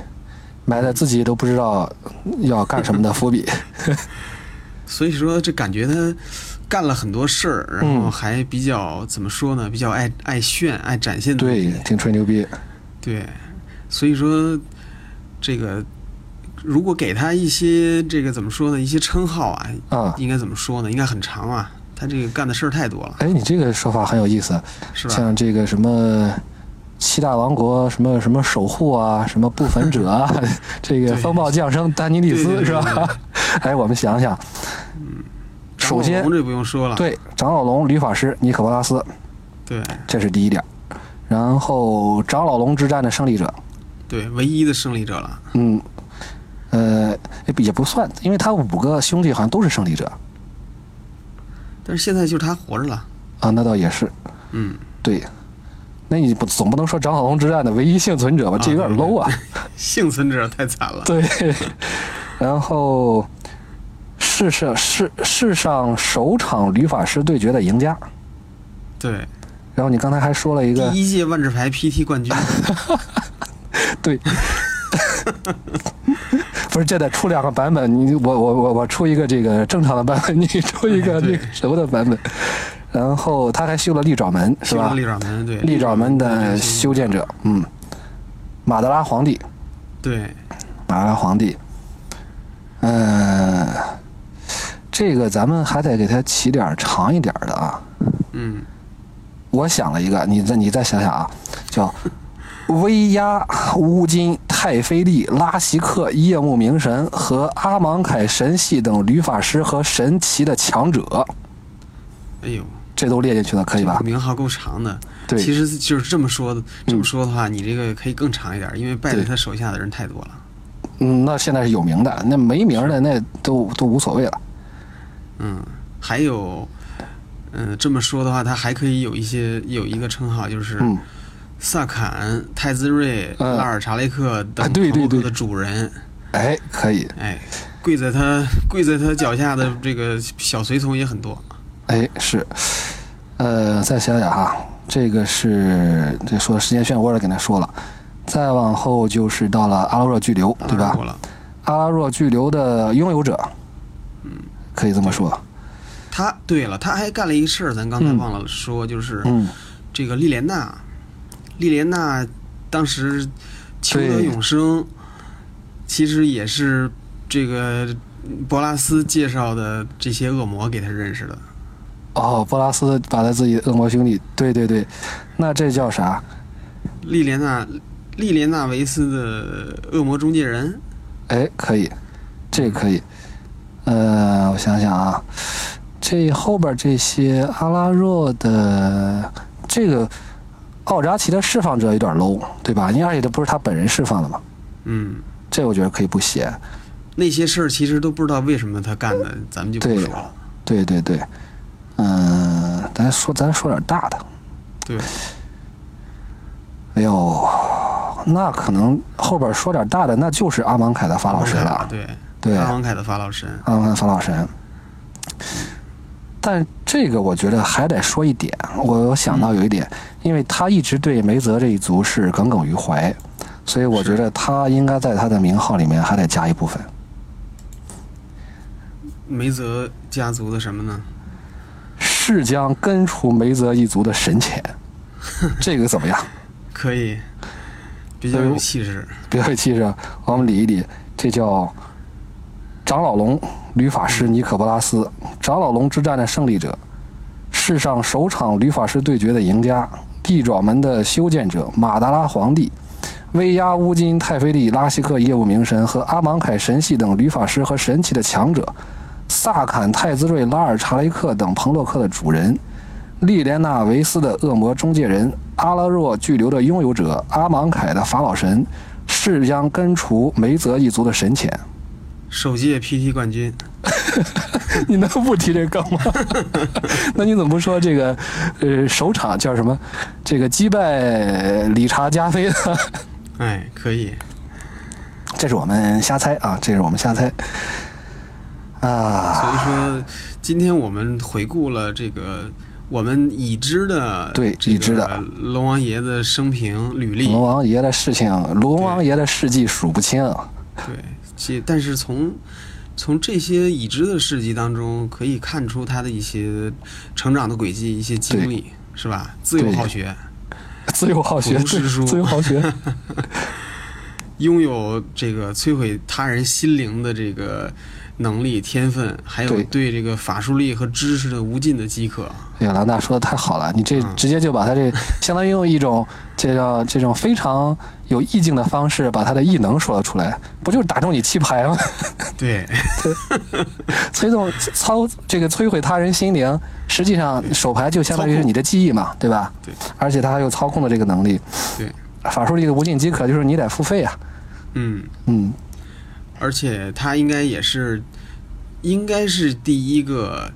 [SPEAKER 1] 埋在自己都不知道要干什么的伏笔。
[SPEAKER 2] 所以说，这感觉他干了很多事儿，然后还比较、怎么说呢？比较爱爱炫、爱展现自
[SPEAKER 1] 对
[SPEAKER 2] 己。，
[SPEAKER 1] 挺吹牛逼。
[SPEAKER 2] 对，所以说这个如果给他一些这个怎么说呢？一些称号啊，
[SPEAKER 1] 啊
[SPEAKER 2] 应该怎么说呢？应该很长啊。他这个干的事儿太多了，
[SPEAKER 1] 哎，你这个说法很有意思，
[SPEAKER 2] 是吧？
[SPEAKER 1] 像这个什么七大王国什么什么守护啊，什么不焚者 啊，这个
[SPEAKER 2] 对
[SPEAKER 1] 风暴降生丹尼利
[SPEAKER 2] 对
[SPEAKER 1] 斯
[SPEAKER 2] 对
[SPEAKER 1] 是
[SPEAKER 2] 对啊
[SPEAKER 1] 吧？ 哎，我们想想，首先
[SPEAKER 2] 红这不用说了，
[SPEAKER 1] 对长老龙、吕法师、尼可波拉斯，
[SPEAKER 2] 对
[SPEAKER 1] 这是第一点。然后长老龙之战的胜利者，
[SPEAKER 2] 对，唯一的胜利者了，
[SPEAKER 1] 嗯，呃，也不也不算，因为他五个兄弟好像都是胜利者
[SPEAKER 2] 但是现在就是他活着了，
[SPEAKER 1] 啊，那倒也是
[SPEAKER 2] 嗯，
[SPEAKER 1] 对。那你不总不能说长老龙之战的唯一幸存者吧？这有点
[SPEAKER 2] 啊对
[SPEAKER 1] low 啊。
[SPEAKER 2] 幸存者太惨了，
[SPEAKER 1] 对，然后世上世世上首场旅法师对决的赢家。
[SPEAKER 2] 对，
[SPEAKER 1] 然后你刚才还说了一个
[SPEAKER 2] 第一届万智牌 PT 冠军，
[SPEAKER 1] 对， 不是这得出两个版本，你我我我我出一个这个正常的版本，你出一个
[SPEAKER 2] 对
[SPEAKER 1] 那个什么的版本。然后他还修了利爪门，是
[SPEAKER 2] 修了
[SPEAKER 1] 吧？
[SPEAKER 2] 利爪门，对，
[SPEAKER 1] 利爪门的
[SPEAKER 2] 修
[SPEAKER 1] 修建者，嗯，马德拉皇帝，
[SPEAKER 2] 对，
[SPEAKER 1] 马拉皇帝，嗯、这个咱们还得给他起点儿长一点儿的啊。
[SPEAKER 2] 嗯，
[SPEAKER 1] 我想了一个，你再你再想想啊，叫威压乌金、泰菲利、拉希克、夜幕冥神和阿芒凯神系等旅法师和神奇的强者，
[SPEAKER 2] 哎呦，
[SPEAKER 1] 这都列进去了，可以
[SPEAKER 2] 这
[SPEAKER 1] 吧
[SPEAKER 2] 个？名号够长的，
[SPEAKER 1] 对嗯
[SPEAKER 2] 其实就是这么说的，这么说的话，你这个可以更长一点，因为败在他手下的人太多了，
[SPEAKER 1] 嗯，那现在是有名的，那没名儿的那都都无所谓了。
[SPEAKER 2] 嗯，还有，嗯、这么说的话，他还可以有一些有一个称号，就是
[SPEAKER 1] 嗯
[SPEAKER 2] 萨坎、泰兹瑞、
[SPEAKER 1] 嗯
[SPEAKER 2] 拉尔查雷克
[SPEAKER 1] 啊
[SPEAKER 2] 等
[SPEAKER 1] 对对
[SPEAKER 2] 唐洛克
[SPEAKER 1] 对
[SPEAKER 2] 的主人，
[SPEAKER 1] 哎，可以，
[SPEAKER 2] 哎，跪在他跪在他脚下的这个小随从也很多，
[SPEAKER 1] 哎，是，呃，再想想哈，这个是这说时间漩涡的，跟他说了，再往后就是到了阿拉若巨流，对
[SPEAKER 2] 当然
[SPEAKER 1] 吧
[SPEAKER 2] 过？了，
[SPEAKER 1] 阿拉若巨流的拥有者，可以这么说，
[SPEAKER 2] 他对了，他还干了一事儿，咱刚才
[SPEAKER 1] 嗯
[SPEAKER 2] 忘了说，就是
[SPEAKER 1] 嗯，
[SPEAKER 2] 这个莉莲娜，莉莲娜当时求得
[SPEAKER 1] 对
[SPEAKER 2] 永生，其实也是这个博拉斯介绍的这些恶魔给他认识的。
[SPEAKER 1] 哦，波拉斯把他自己的恶魔兄弟，对对对，那这叫啥？
[SPEAKER 2] 莉莲娜，莉莲娜维斯的恶魔中介人，
[SPEAKER 1] 哎，可以，这个可以，呃，我想想啊，这后边这些阿拉若的这个奥扎奇的释放者有点 low，对吧？因为而且这不是他本人释放的嘛，
[SPEAKER 2] 嗯，
[SPEAKER 1] 这我觉得可以不写。
[SPEAKER 2] 那些事儿其实都不知道为什么他干的，咱们就不
[SPEAKER 1] 对
[SPEAKER 2] 说了。
[SPEAKER 1] 对对对，嗯、咱说咱说点大的，
[SPEAKER 2] 对，
[SPEAKER 1] 哎呦，那可能后边说点大的，那就是阿芒凯的法老神
[SPEAKER 2] 阿
[SPEAKER 1] 了
[SPEAKER 2] 王，凯的对，
[SPEAKER 1] 对，
[SPEAKER 2] 阿
[SPEAKER 1] 阿
[SPEAKER 2] 王凯的法老神，
[SPEAKER 1] 芒凯的法老神。但这个我觉得还得说一点，我我想到有一点，因为他一直对梅泽这一族是耿耿于怀，所以我觉
[SPEAKER 2] 是
[SPEAKER 1] 得他应该在他的名号里面还得加一部分。
[SPEAKER 2] 梅泽家族的什么呢？
[SPEAKER 1] 是将根除梅泽一族的神钱，这个怎么样？
[SPEAKER 2] 可以，比较有气势。
[SPEAKER 1] 别客气着，我们理一理，这叫长老龙、吕法师、尼可波拉斯，长老龙之战的胜利者，世上首场吕法师对决的赢家，地爪门的修建者马达拉皇帝。威压乌金、泰菲利、拉希克业务冥神和阿芒凯神系等吕法师和神奇的强者，萨坎、泰兹瑞、拉尔查雷克等彭洛克的主人，莉莲娜维斯的恶魔中介人，阿拉若巨流的拥有者，阿芒凯的法老神，是将根除梅泽一族的神钱。
[SPEAKER 2] 首届 PT 冠军，
[SPEAKER 1] 你能不提这梗吗？ 那你怎么不说这个？呃，首场叫什么？这个击败理查加菲呢？
[SPEAKER 2] 哎，可以，
[SPEAKER 1] 这是我们瞎猜啊，这是我们瞎猜啊。
[SPEAKER 2] 所以说，今天我们回顾了这个我们已知的
[SPEAKER 1] 对
[SPEAKER 2] 这个
[SPEAKER 1] 已知的
[SPEAKER 2] 龙王爷的生平履历，
[SPEAKER 1] 龙王爷的事情，龙王爷的事迹数不清。啊
[SPEAKER 2] 对，其但是从从这些已知的事迹当中，可以看出他的一些成长的轨迹、一些经历，是吧？自由好学，
[SPEAKER 1] 自由好学，
[SPEAKER 2] 不读诗书
[SPEAKER 1] 自自由好学。
[SPEAKER 2] 拥有这个摧毁他人心灵的这个能力、天分，还有
[SPEAKER 1] 对
[SPEAKER 2] 对这个法术力和知识的无尽的饥渴。
[SPEAKER 1] 哎呀，兰大说的太好了，你这直接就把他这相当于用一种这叫这种非常有意境的方式，把他的异能说了出来，不就是打中你气牌吗？
[SPEAKER 2] 对，
[SPEAKER 1] 催动操这个摧毁他人心灵，实际上手牌就相当于是你的记忆嘛，对吧？
[SPEAKER 2] 对。
[SPEAKER 1] 而且他还有操控的这个能力。
[SPEAKER 2] 对。
[SPEAKER 1] 法术力的无尽饥渴就是你得付费啊。
[SPEAKER 2] 嗯，
[SPEAKER 1] 嗯，
[SPEAKER 2] 而且他应该也是，应该是第一个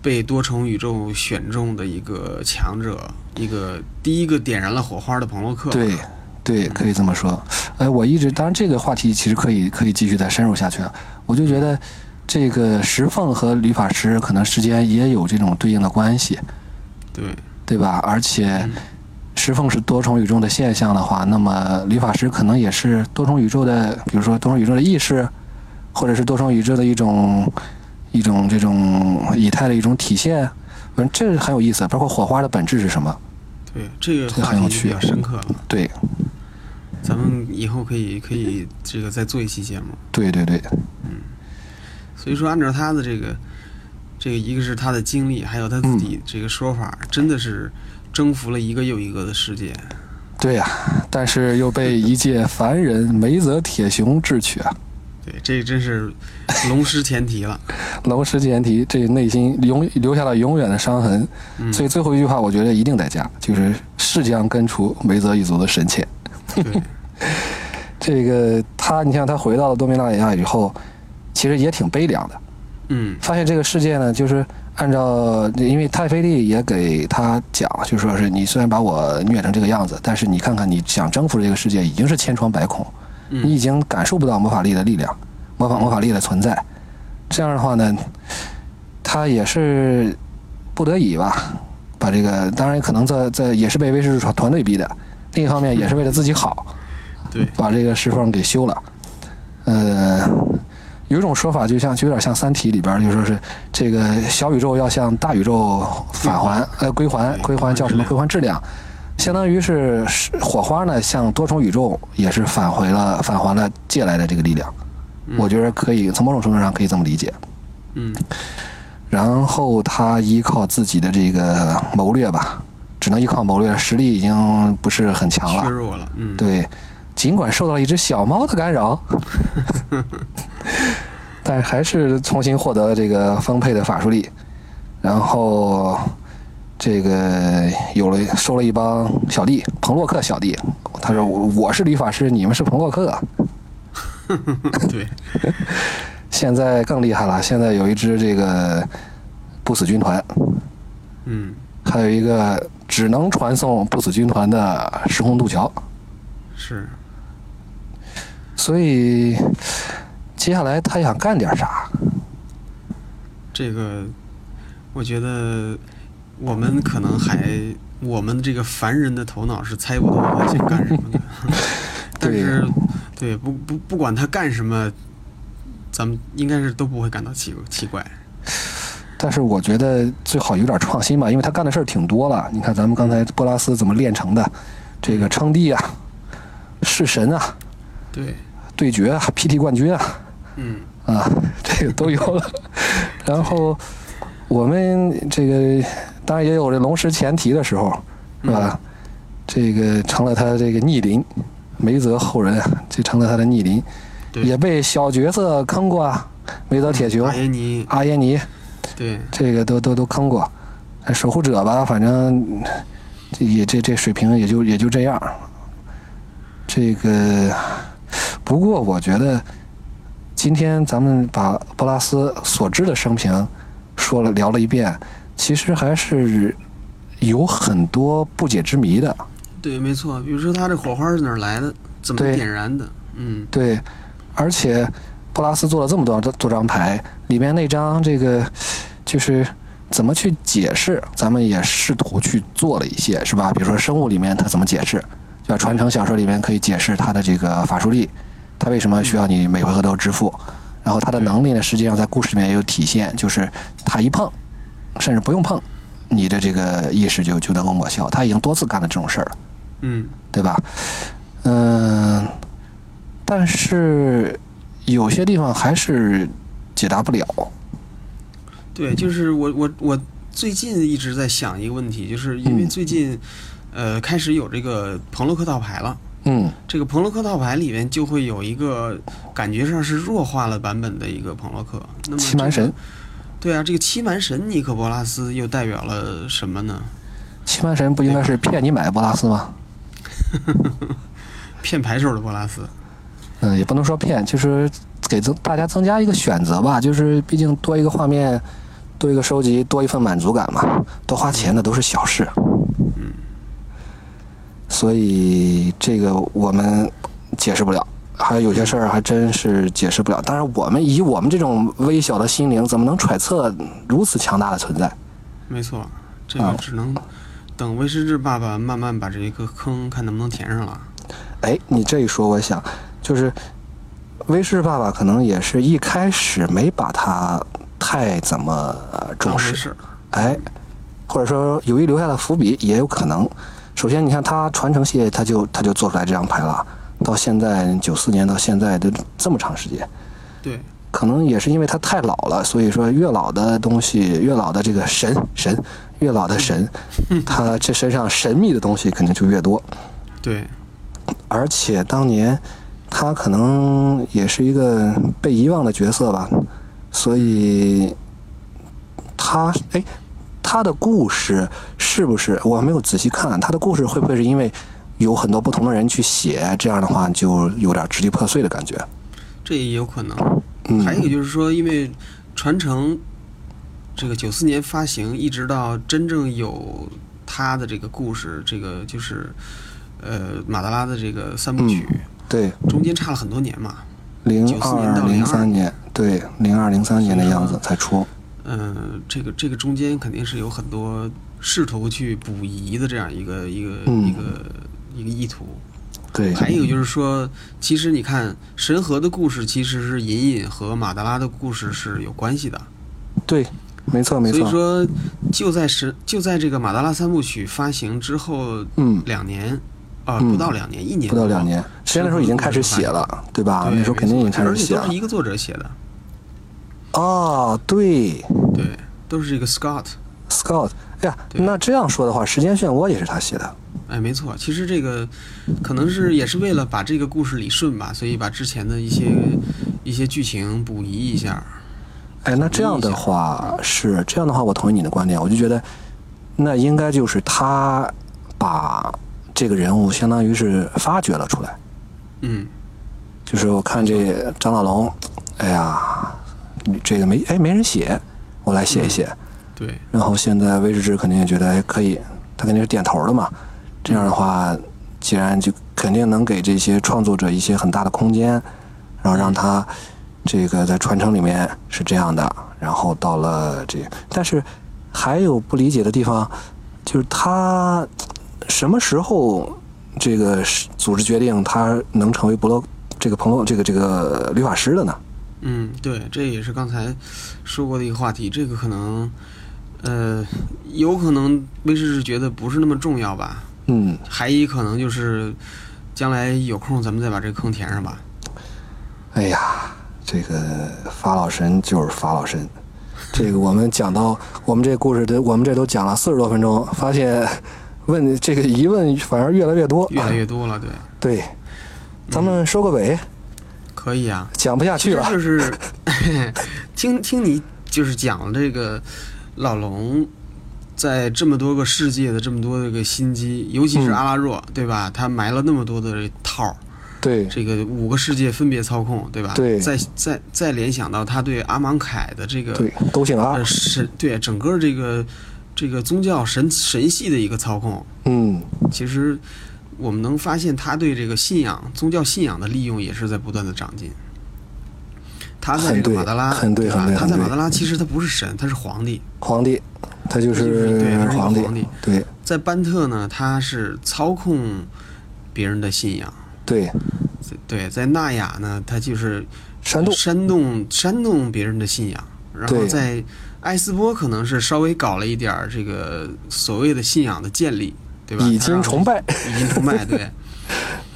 [SPEAKER 2] 被多重宇宙选中的一个强者，一个第一个点燃了火花的彭洛克。
[SPEAKER 1] 对，对，可以这么说。哎，我一直当然这个话题其实可以可以继续再深入下去啊。我就觉得这个石缝和理发师可能之间也有这种对应的关系，
[SPEAKER 2] 对，
[SPEAKER 1] 对吧？而且
[SPEAKER 2] 嗯
[SPEAKER 1] 石缝是多重宇宙的现象的话，那么理发师可能也是多重宇宙的，比如说多重宇宙的意识，或者是多重宇宙的一种一种这种以太的一种体现。嗯，这很有意思，包括火花的本质是什么？
[SPEAKER 2] 对，这个
[SPEAKER 1] 这个
[SPEAKER 2] 话
[SPEAKER 1] 很有
[SPEAKER 2] 题
[SPEAKER 1] 趣
[SPEAKER 2] 就比较深刻了，
[SPEAKER 1] 对，
[SPEAKER 2] 咱们以后可以可以这个再做一期节目。
[SPEAKER 1] 对对对，
[SPEAKER 2] 所以说，按照他的这个这个，一个是他的经历，还有他自
[SPEAKER 1] 嗯
[SPEAKER 2] 己这个说法，真的是征服了一个又一个的世界。
[SPEAKER 1] 对呀、但是又被一介凡人梅泽铁雄智取啊！
[SPEAKER 2] 对，这真是龙师前提了。
[SPEAKER 1] 楼石前提，这内心永留下了永远的伤痕。
[SPEAKER 2] 嗯，
[SPEAKER 1] 所以最后一句话，我觉得一定得加，就是“是将根除梅泽一族的深切
[SPEAKER 2] 对，”。
[SPEAKER 1] 这个他，你像他回到了多米纳亚以后，其实也挺悲凉的，
[SPEAKER 2] 嗯
[SPEAKER 1] 发现这个世界呢，就是按照，因为泰菲利也给他讲，就说是你虽然把我虐成这个样子，但是你看看你想征服这个世界已经是千疮百孔，你已
[SPEAKER 2] 嗯，
[SPEAKER 1] 经感受不到魔法力的力量，魔法魔法力的存在。这样的话呢，他也是不得已吧，把这个当然可能在在也是被威士忌团团队逼的，另一方面也是为了自己好，
[SPEAKER 2] 对，
[SPEAKER 1] 把这个石缝给修了。呃，有一种说法就像就有点像《三体》里边儿就说是这个小宇宙要向大宇宙返还，呃，归还
[SPEAKER 2] 对
[SPEAKER 1] 归还叫什么？
[SPEAKER 2] 嗯归还质量
[SPEAKER 1] 归还质量。相当于是是火花呢，向多重宇宙也是返回了返还了借来的这个力量，
[SPEAKER 2] 嗯
[SPEAKER 1] 我觉得可以从某种程度上可以这么理解。
[SPEAKER 2] 嗯
[SPEAKER 1] 然后他依靠自己的这个谋略吧，只能依靠谋略，实力已经不是很强
[SPEAKER 2] 削
[SPEAKER 1] 了。
[SPEAKER 2] 弱了。嗯，
[SPEAKER 1] 对，尽管受到了一只小猫的干扰，但还是重新获得了这个丰沛的法术力，然后这个有了收了一帮小弟，彭洛克小弟。他说：“我我是理发师，你们是彭洛克。
[SPEAKER 2] 对，”
[SPEAKER 1] 现在更厉害了，现在有一支这个不死军团，
[SPEAKER 2] 嗯，
[SPEAKER 1] 还有一个只能传送不死军团的时空渡桥。
[SPEAKER 2] 是，
[SPEAKER 1] 所以接下来他想干点啥？
[SPEAKER 2] 这个，我觉得我们可能还，我们这个凡人的头脑是猜不透他想干什么的。 但是，对，不不不管他干什么，咱们应该是都不会感到奇奇怪。
[SPEAKER 1] 但是我觉得最好有点创新吧，因为他干的事儿挺多了。你看咱们刚才波拉斯怎么炼成的，这个称帝啊，弑神啊，
[SPEAKER 2] 对，
[SPEAKER 1] 对决啊，PT 冠军啊，
[SPEAKER 2] 嗯，
[SPEAKER 1] 啊， 这个都有了。然后我们这个当然也有这龙石前提的时候，是吧？
[SPEAKER 2] 嗯
[SPEAKER 1] 这个成了他这个逆鳞，梅泽后人啊，这成了他的逆鳞，
[SPEAKER 2] 对
[SPEAKER 1] 也被小角色坑过啊，梅泽铁雄
[SPEAKER 2] 马、耶尼，
[SPEAKER 1] 阿耶尼。
[SPEAKER 2] 对，
[SPEAKER 1] 这个都都都坑过。呃守护者吧，反正这也这这水平也就也就这样。这个不过我觉得，今天咱们把波拉斯所知的生平说了聊了一遍，其实还是有很多不解之谜的。
[SPEAKER 2] 对，没错。比如说他这火花是哪儿来的？怎么
[SPEAKER 1] 对
[SPEAKER 2] 点燃的？嗯，
[SPEAKER 1] 对，而且波拉斯做了这么多多张牌，里面那张这个就是怎么去解释，咱们也试图去做了一些，是吧？比如说生物里面它怎么解释，对吧？传承小说里面可以解释它的这个法术力，它为什么需要你每回合都支付，然后它的能力呢，实际上在故事里面也有体现，就是它一碰，甚至不用碰。你的这个意识就就能够抹消，他已经多次干了这种事儿了。
[SPEAKER 2] 嗯，
[SPEAKER 1] 对吧？嗯、但是有些地方还是解答不了。
[SPEAKER 2] 对，就是我我我最近一直在想一个问题，就是因为
[SPEAKER 1] 嗯
[SPEAKER 2] 最近，呃，开始有这个朋洛克套牌了。
[SPEAKER 1] 嗯
[SPEAKER 2] 这个朋洛克套牌里面就会有一个感觉上是弱化了版本的一个朋洛克。那么
[SPEAKER 1] 欺瞒神
[SPEAKER 2] 这个，对啊，这个欺瞒神尼可波拉斯又代表了什么呢？
[SPEAKER 1] 欺瞒神不应该是骗你买的博拉斯吗？
[SPEAKER 2] 骗牌手的波拉斯。
[SPEAKER 1] 嗯，也不能说骗，就是给增大家增加一个选择吧。就是毕竟多一个画面，多一个收集，多一份满足感嘛。多花钱的都是小事。
[SPEAKER 2] 嗯。
[SPEAKER 1] 所以这个我们解释不了，还有些事儿还真是解释不了。当然，我们以我们这种微小的心灵，怎么能揣测如此强大的存在？
[SPEAKER 2] 没错，这个
[SPEAKER 1] 啊
[SPEAKER 2] 只能等威士忌爸爸慢慢把这个坑看能不能填上了。
[SPEAKER 1] 哎，你这一说，我想就是威士爸爸可能也是一开始没把他太怎么呃
[SPEAKER 2] 当
[SPEAKER 1] 重
[SPEAKER 2] 回
[SPEAKER 1] 视，
[SPEAKER 2] 事儿，
[SPEAKER 1] 哎，或者说有意留下的伏笔也有可能。首先，你看他传承系列，他就他就做出来这张牌了，到现在九四年到现在都这么长时间，
[SPEAKER 2] 对，
[SPEAKER 1] 可能也是因为他太老了，所以说越老的东西，越老的这个神神，越老的 神，他这身上神秘的东西肯定就越多。
[SPEAKER 2] 对，
[SPEAKER 1] 而且当年他可能也是一个被遗忘的角色吧，所以他哎，他的故事是不是我还没有仔细看他的故事会不会是因为有很多不同的人去写，这样的话就有点支离破碎的感觉。
[SPEAKER 2] 这也有可能。
[SPEAKER 1] 嗯
[SPEAKER 2] 还有一个就是说，因为传承这个九四年发行，一直到真正有他的这个故事，这个就是呃马德拉的这个三部曲，
[SPEAKER 1] 嗯对，
[SPEAKER 2] 中间差了很多年嘛。
[SPEAKER 1] 零
[SPEAKER 2] 94年
[SPEAKER 1] 二
[SPEAKER 2] 到
[SPEAKER 1] 零
[SPEAKER 2] 02
[SPEAKER 1] 三年，对，零二零三年的
[SPEAKER 2] 是啊
[SPEAKER 1] 样子才出。
[SPEAKER 2] 嗯、这个这个中间肯定是有很多试图去补遗的这样一个一个、
[SPEAKER 1] 嗯
[SPEAKER 2] 一个一个意图。
[SPEAKER 1] 对，
[SPEAKER 2] 还有就是说，其实你看神河的故事其实是隐隐和马德拉的故事是有关系的。
[SPEAKER 1] 对，没错没
[SPEAKER 2] 所以
[SPEAKER 1] 错，
[SPEAKER 2] 说，就在十就在这个马达拉三部曲发行之后
[SPEAKER 1] 嗯，
[SPEAKER 2] 两年，啊、
[SPEAKER 1] 嗯
[SPEAKER 2] 不到两年，一年
[SPEAKER 1] 不到两，年，实际上那时候已经开始
[SPEAKER 2] 是吧
[SPEAKER 1] 写了，对吧？
[SPEAKER 2] 对
[SPEAKER 1] 那时候肯定已经
[SPEAKER 2] 没错
[SPEAKER 1] 开始
[SPEAKER 2] 而且
[SPEAKER 1] 写
[SPEAKER 2] 都
[SPEAKER 1] 了
[SPEAKER 2] 是。一个作者写的，
[SPEAKER 1] 哦，对
[SPEAKER 2] 对，都是这个 Scott。
[SPEAKER 1] ，Scott，哎呀，
[SPEAKER 2] 对
[SPEAKER 1] 那这样说的话，《时间漩涡》也是他写的。
[SPEAKER 2] 哎，没错，其实这个可能是也是为了把这个故事理顺吧，所以把之前的一些一些剧情补遗一下。
[SPEAKER 1] 哎，那这样的话是这样的话，我同意你的观点，我就觉得那应该就是他把这个人物相当于是发掘了出来。
[SPEAKER 2] 嗯，
[SPEAKER 1] 就是我看这张大龙，哎呀，你这个没哎没人写，我来写一写。
[SPEAKER 2] 对，
[SPEAKER 1] 然后现在威士忌肯定也觉得哎可以，他肯定是点头的嘛。这样的话，既然就肯定能给这些创作者一些很大的空间，然后让他这个在传承里面是这样的。然后到了这，但是还有不理解的地方，就是他什么时候这个是组织决定他能成为伯洛这个朋友这个这个律法师的呢？
[SPEAKER 2] 嗯，对，这也是刚才说过的一个话题。这个可能，呃，有可能威士是觉得不是那么重要吧，
[SPEAKER 1] 嗯，
[SPEAKER 2] 还一可能就是将来有空咱们再把这个坑填上吧。
[SPEAKER 1] 哎呀，这个法老神就是法老神。这个我们讲到我们这故事的，我们这都讲了四十多分钟，发现问这个疑问反而越来越多，
[SPEAKER 2] 越来
[SPEAKER 1] 啊
[SPEAKER 2] 越多了，对，
[SPEAKER 1] 对。咱们收个尾，
[SPEAKER 2] 可以啊。
[SPEAKER 1] 讲不下
[SPEAKER 2] 其
[SPEAKER 1] 去
[SPEAKER 2] 实
[SPEAKER 1] 了。
[SPEAKER 2] 就是 听听你就是讲这个老龙。在这么多个世界的这么多这个心机，尤其是
[SPEAKER 1] 嗯
[SPEAKER 2] 阿拉若，对吧？他埋了那么多的套儿，
[SPEAKER 1] 对
[SPEAKER 2] 这个五个世界分别操控，对吧？
[SPEAKER 1] 对
[SPEAKER 2] 再再再联想到他对阿芒凯的这个
[SPEAKER 1] 对，都姓阿
[SPEAKER 2] 呃。神，对整个这个这个宗教神神系的一个操控，
[SPEAKER 1] 嗯，
[SPEAKER 2] 其实我们能发现，他对这个信仰、宗教信仰的利用也是在不断的长进。他在这
[SPEAKER 1] 很
[SPEAKER 2] 个
[SPEAKER 1] 对
[SPEAKER 2] 马德拉，
[SPEAKER 1] 很对
[SPEAKER 2] 对吧
[SPEAKER 1] 很对
[SPEAKER 2] 他在
[SPEAKER 1] 很对
[SPEAKER 2] 马德拉其实他不是神，他是皇帝。
[SPEAKER 1] 皇帝，他就
[SPEAKER 2] 就是对他
[SPEAKER 1] 是
[SPEAKER 2] 是一个
[SPEAKER 1] 皇帝
[SPEAKER 2] 皇帝。
[SPEAKER 1] 对
[SPEAKER 2] 在班特呢，他是操控别人的信仰。
[SPEAKER 1] 对，
[SPEAKER 2] 在对，在纳雅呢，他就是
[SPEAKER 1] 山洞。
[SPEAKER 2] 煽动煽动别人的信仰。然后
[SPEAKER 1] 对
[SPEAKER 2] 在埃斯波可能是稍微搞了一点儿这个所谓的信仰的建立，对吧？
[SPEAKER 1] 已
[SPEAKER 2] 他
[SPEAKER 1] 经
[SPEAKER 2] 让
[SPEAKER 1] 崇拜，
[SPEAKER 2] 已经崇拜，对。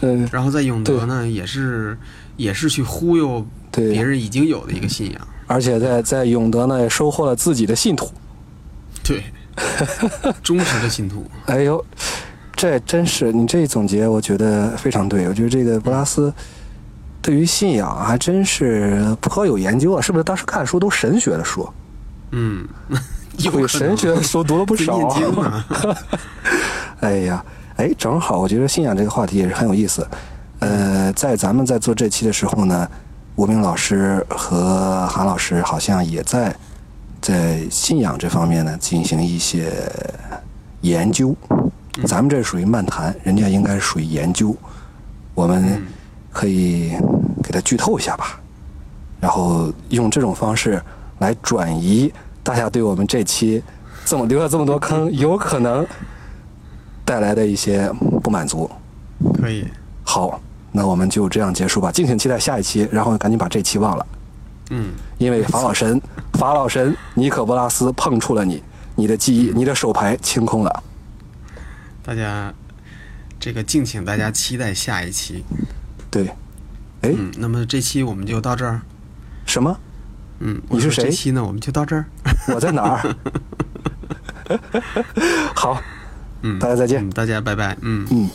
[SPEAKER 1] 嗯，
[SPEAKER 2] 然后在永德呢，也是也是去忽悠
[SPEAKER 1] 对
[SPEAKER 2] 别人已经有的一个信仰。
[SPEAKER 1] 而且在在永德呢也收获了自己的信徒。
[SPEAKER 2] 对，忠实的信徒。
[SPEAKER 1] 哎呦，这真是你这一总结，我觉得非常对。我觉得这个布拉斯
[SPEAKER 2] 嗯
[SPEAKER 1] 对于信仰还真是颇有研究啊，是不是？当时看书都神学的书，
[SPEAKER 2] 嗯， 有可
[SPEAKER 1] 有
[SPEAKER 2] 能
[SPEAKER 1] 神学的书读了不
[SPEAKER 2] 在
[SPEAKER 1] 少
[SPEAKER 2] 念经
[SPEAKER 1] 啊。
[SPEAKER 2] 啊。
[SPEAKER 1] 哎呀，哎，正好我觉得信仰这个话题也是很有意思。呃，在咱们在做这期的时候呢，吴明老师和韩老师好像也在在信仰这方面呢进行一些研究。咱们这属于漫谈，人家应该属于研究。我们可以给他剧透一下吧，然后用这种方式来转移大家对我们这期这么留下这么多坑，有可能带来的一些不满足。
[SPEAKER 2] 可以，
[SPEAKER 1] 好，那我们就这样结束吧，敬请期待下一期，然后赶紧把这期忘了，
[SPEAKER 2] 嗯，
[SPEAKER 1] 因为法老神、法老神尼可波拉斯碰触了你，你的记忆、你的手牌清空了。
[SPEAKER 2] 大家这个敬请大家期待下一期。
[SPEAKER 1] 对，哎，
[SPEAKER 2] 嗯，那么这期我们就到这儿。
[SPEAKER 1] 什么？
[SPEAKER 2] 嗯，
[SPEAKER 1] 你
[SPEAKER 2] 我
[SPEAKER 1] 是
[SPEAKER 2] 说
[SPEAKER 1] 谁
[SPEAKER 2] 这期呢，我们就到这儿。
[SPEAKER 1] 我在哪儿？ 好，
[SPEAKER 2] 嗯，
[SPEAKER 1] 大家再见
[SPEAKER 2] 嗯大家拜拜。嗯。
[SPEAKER 1] 嗯，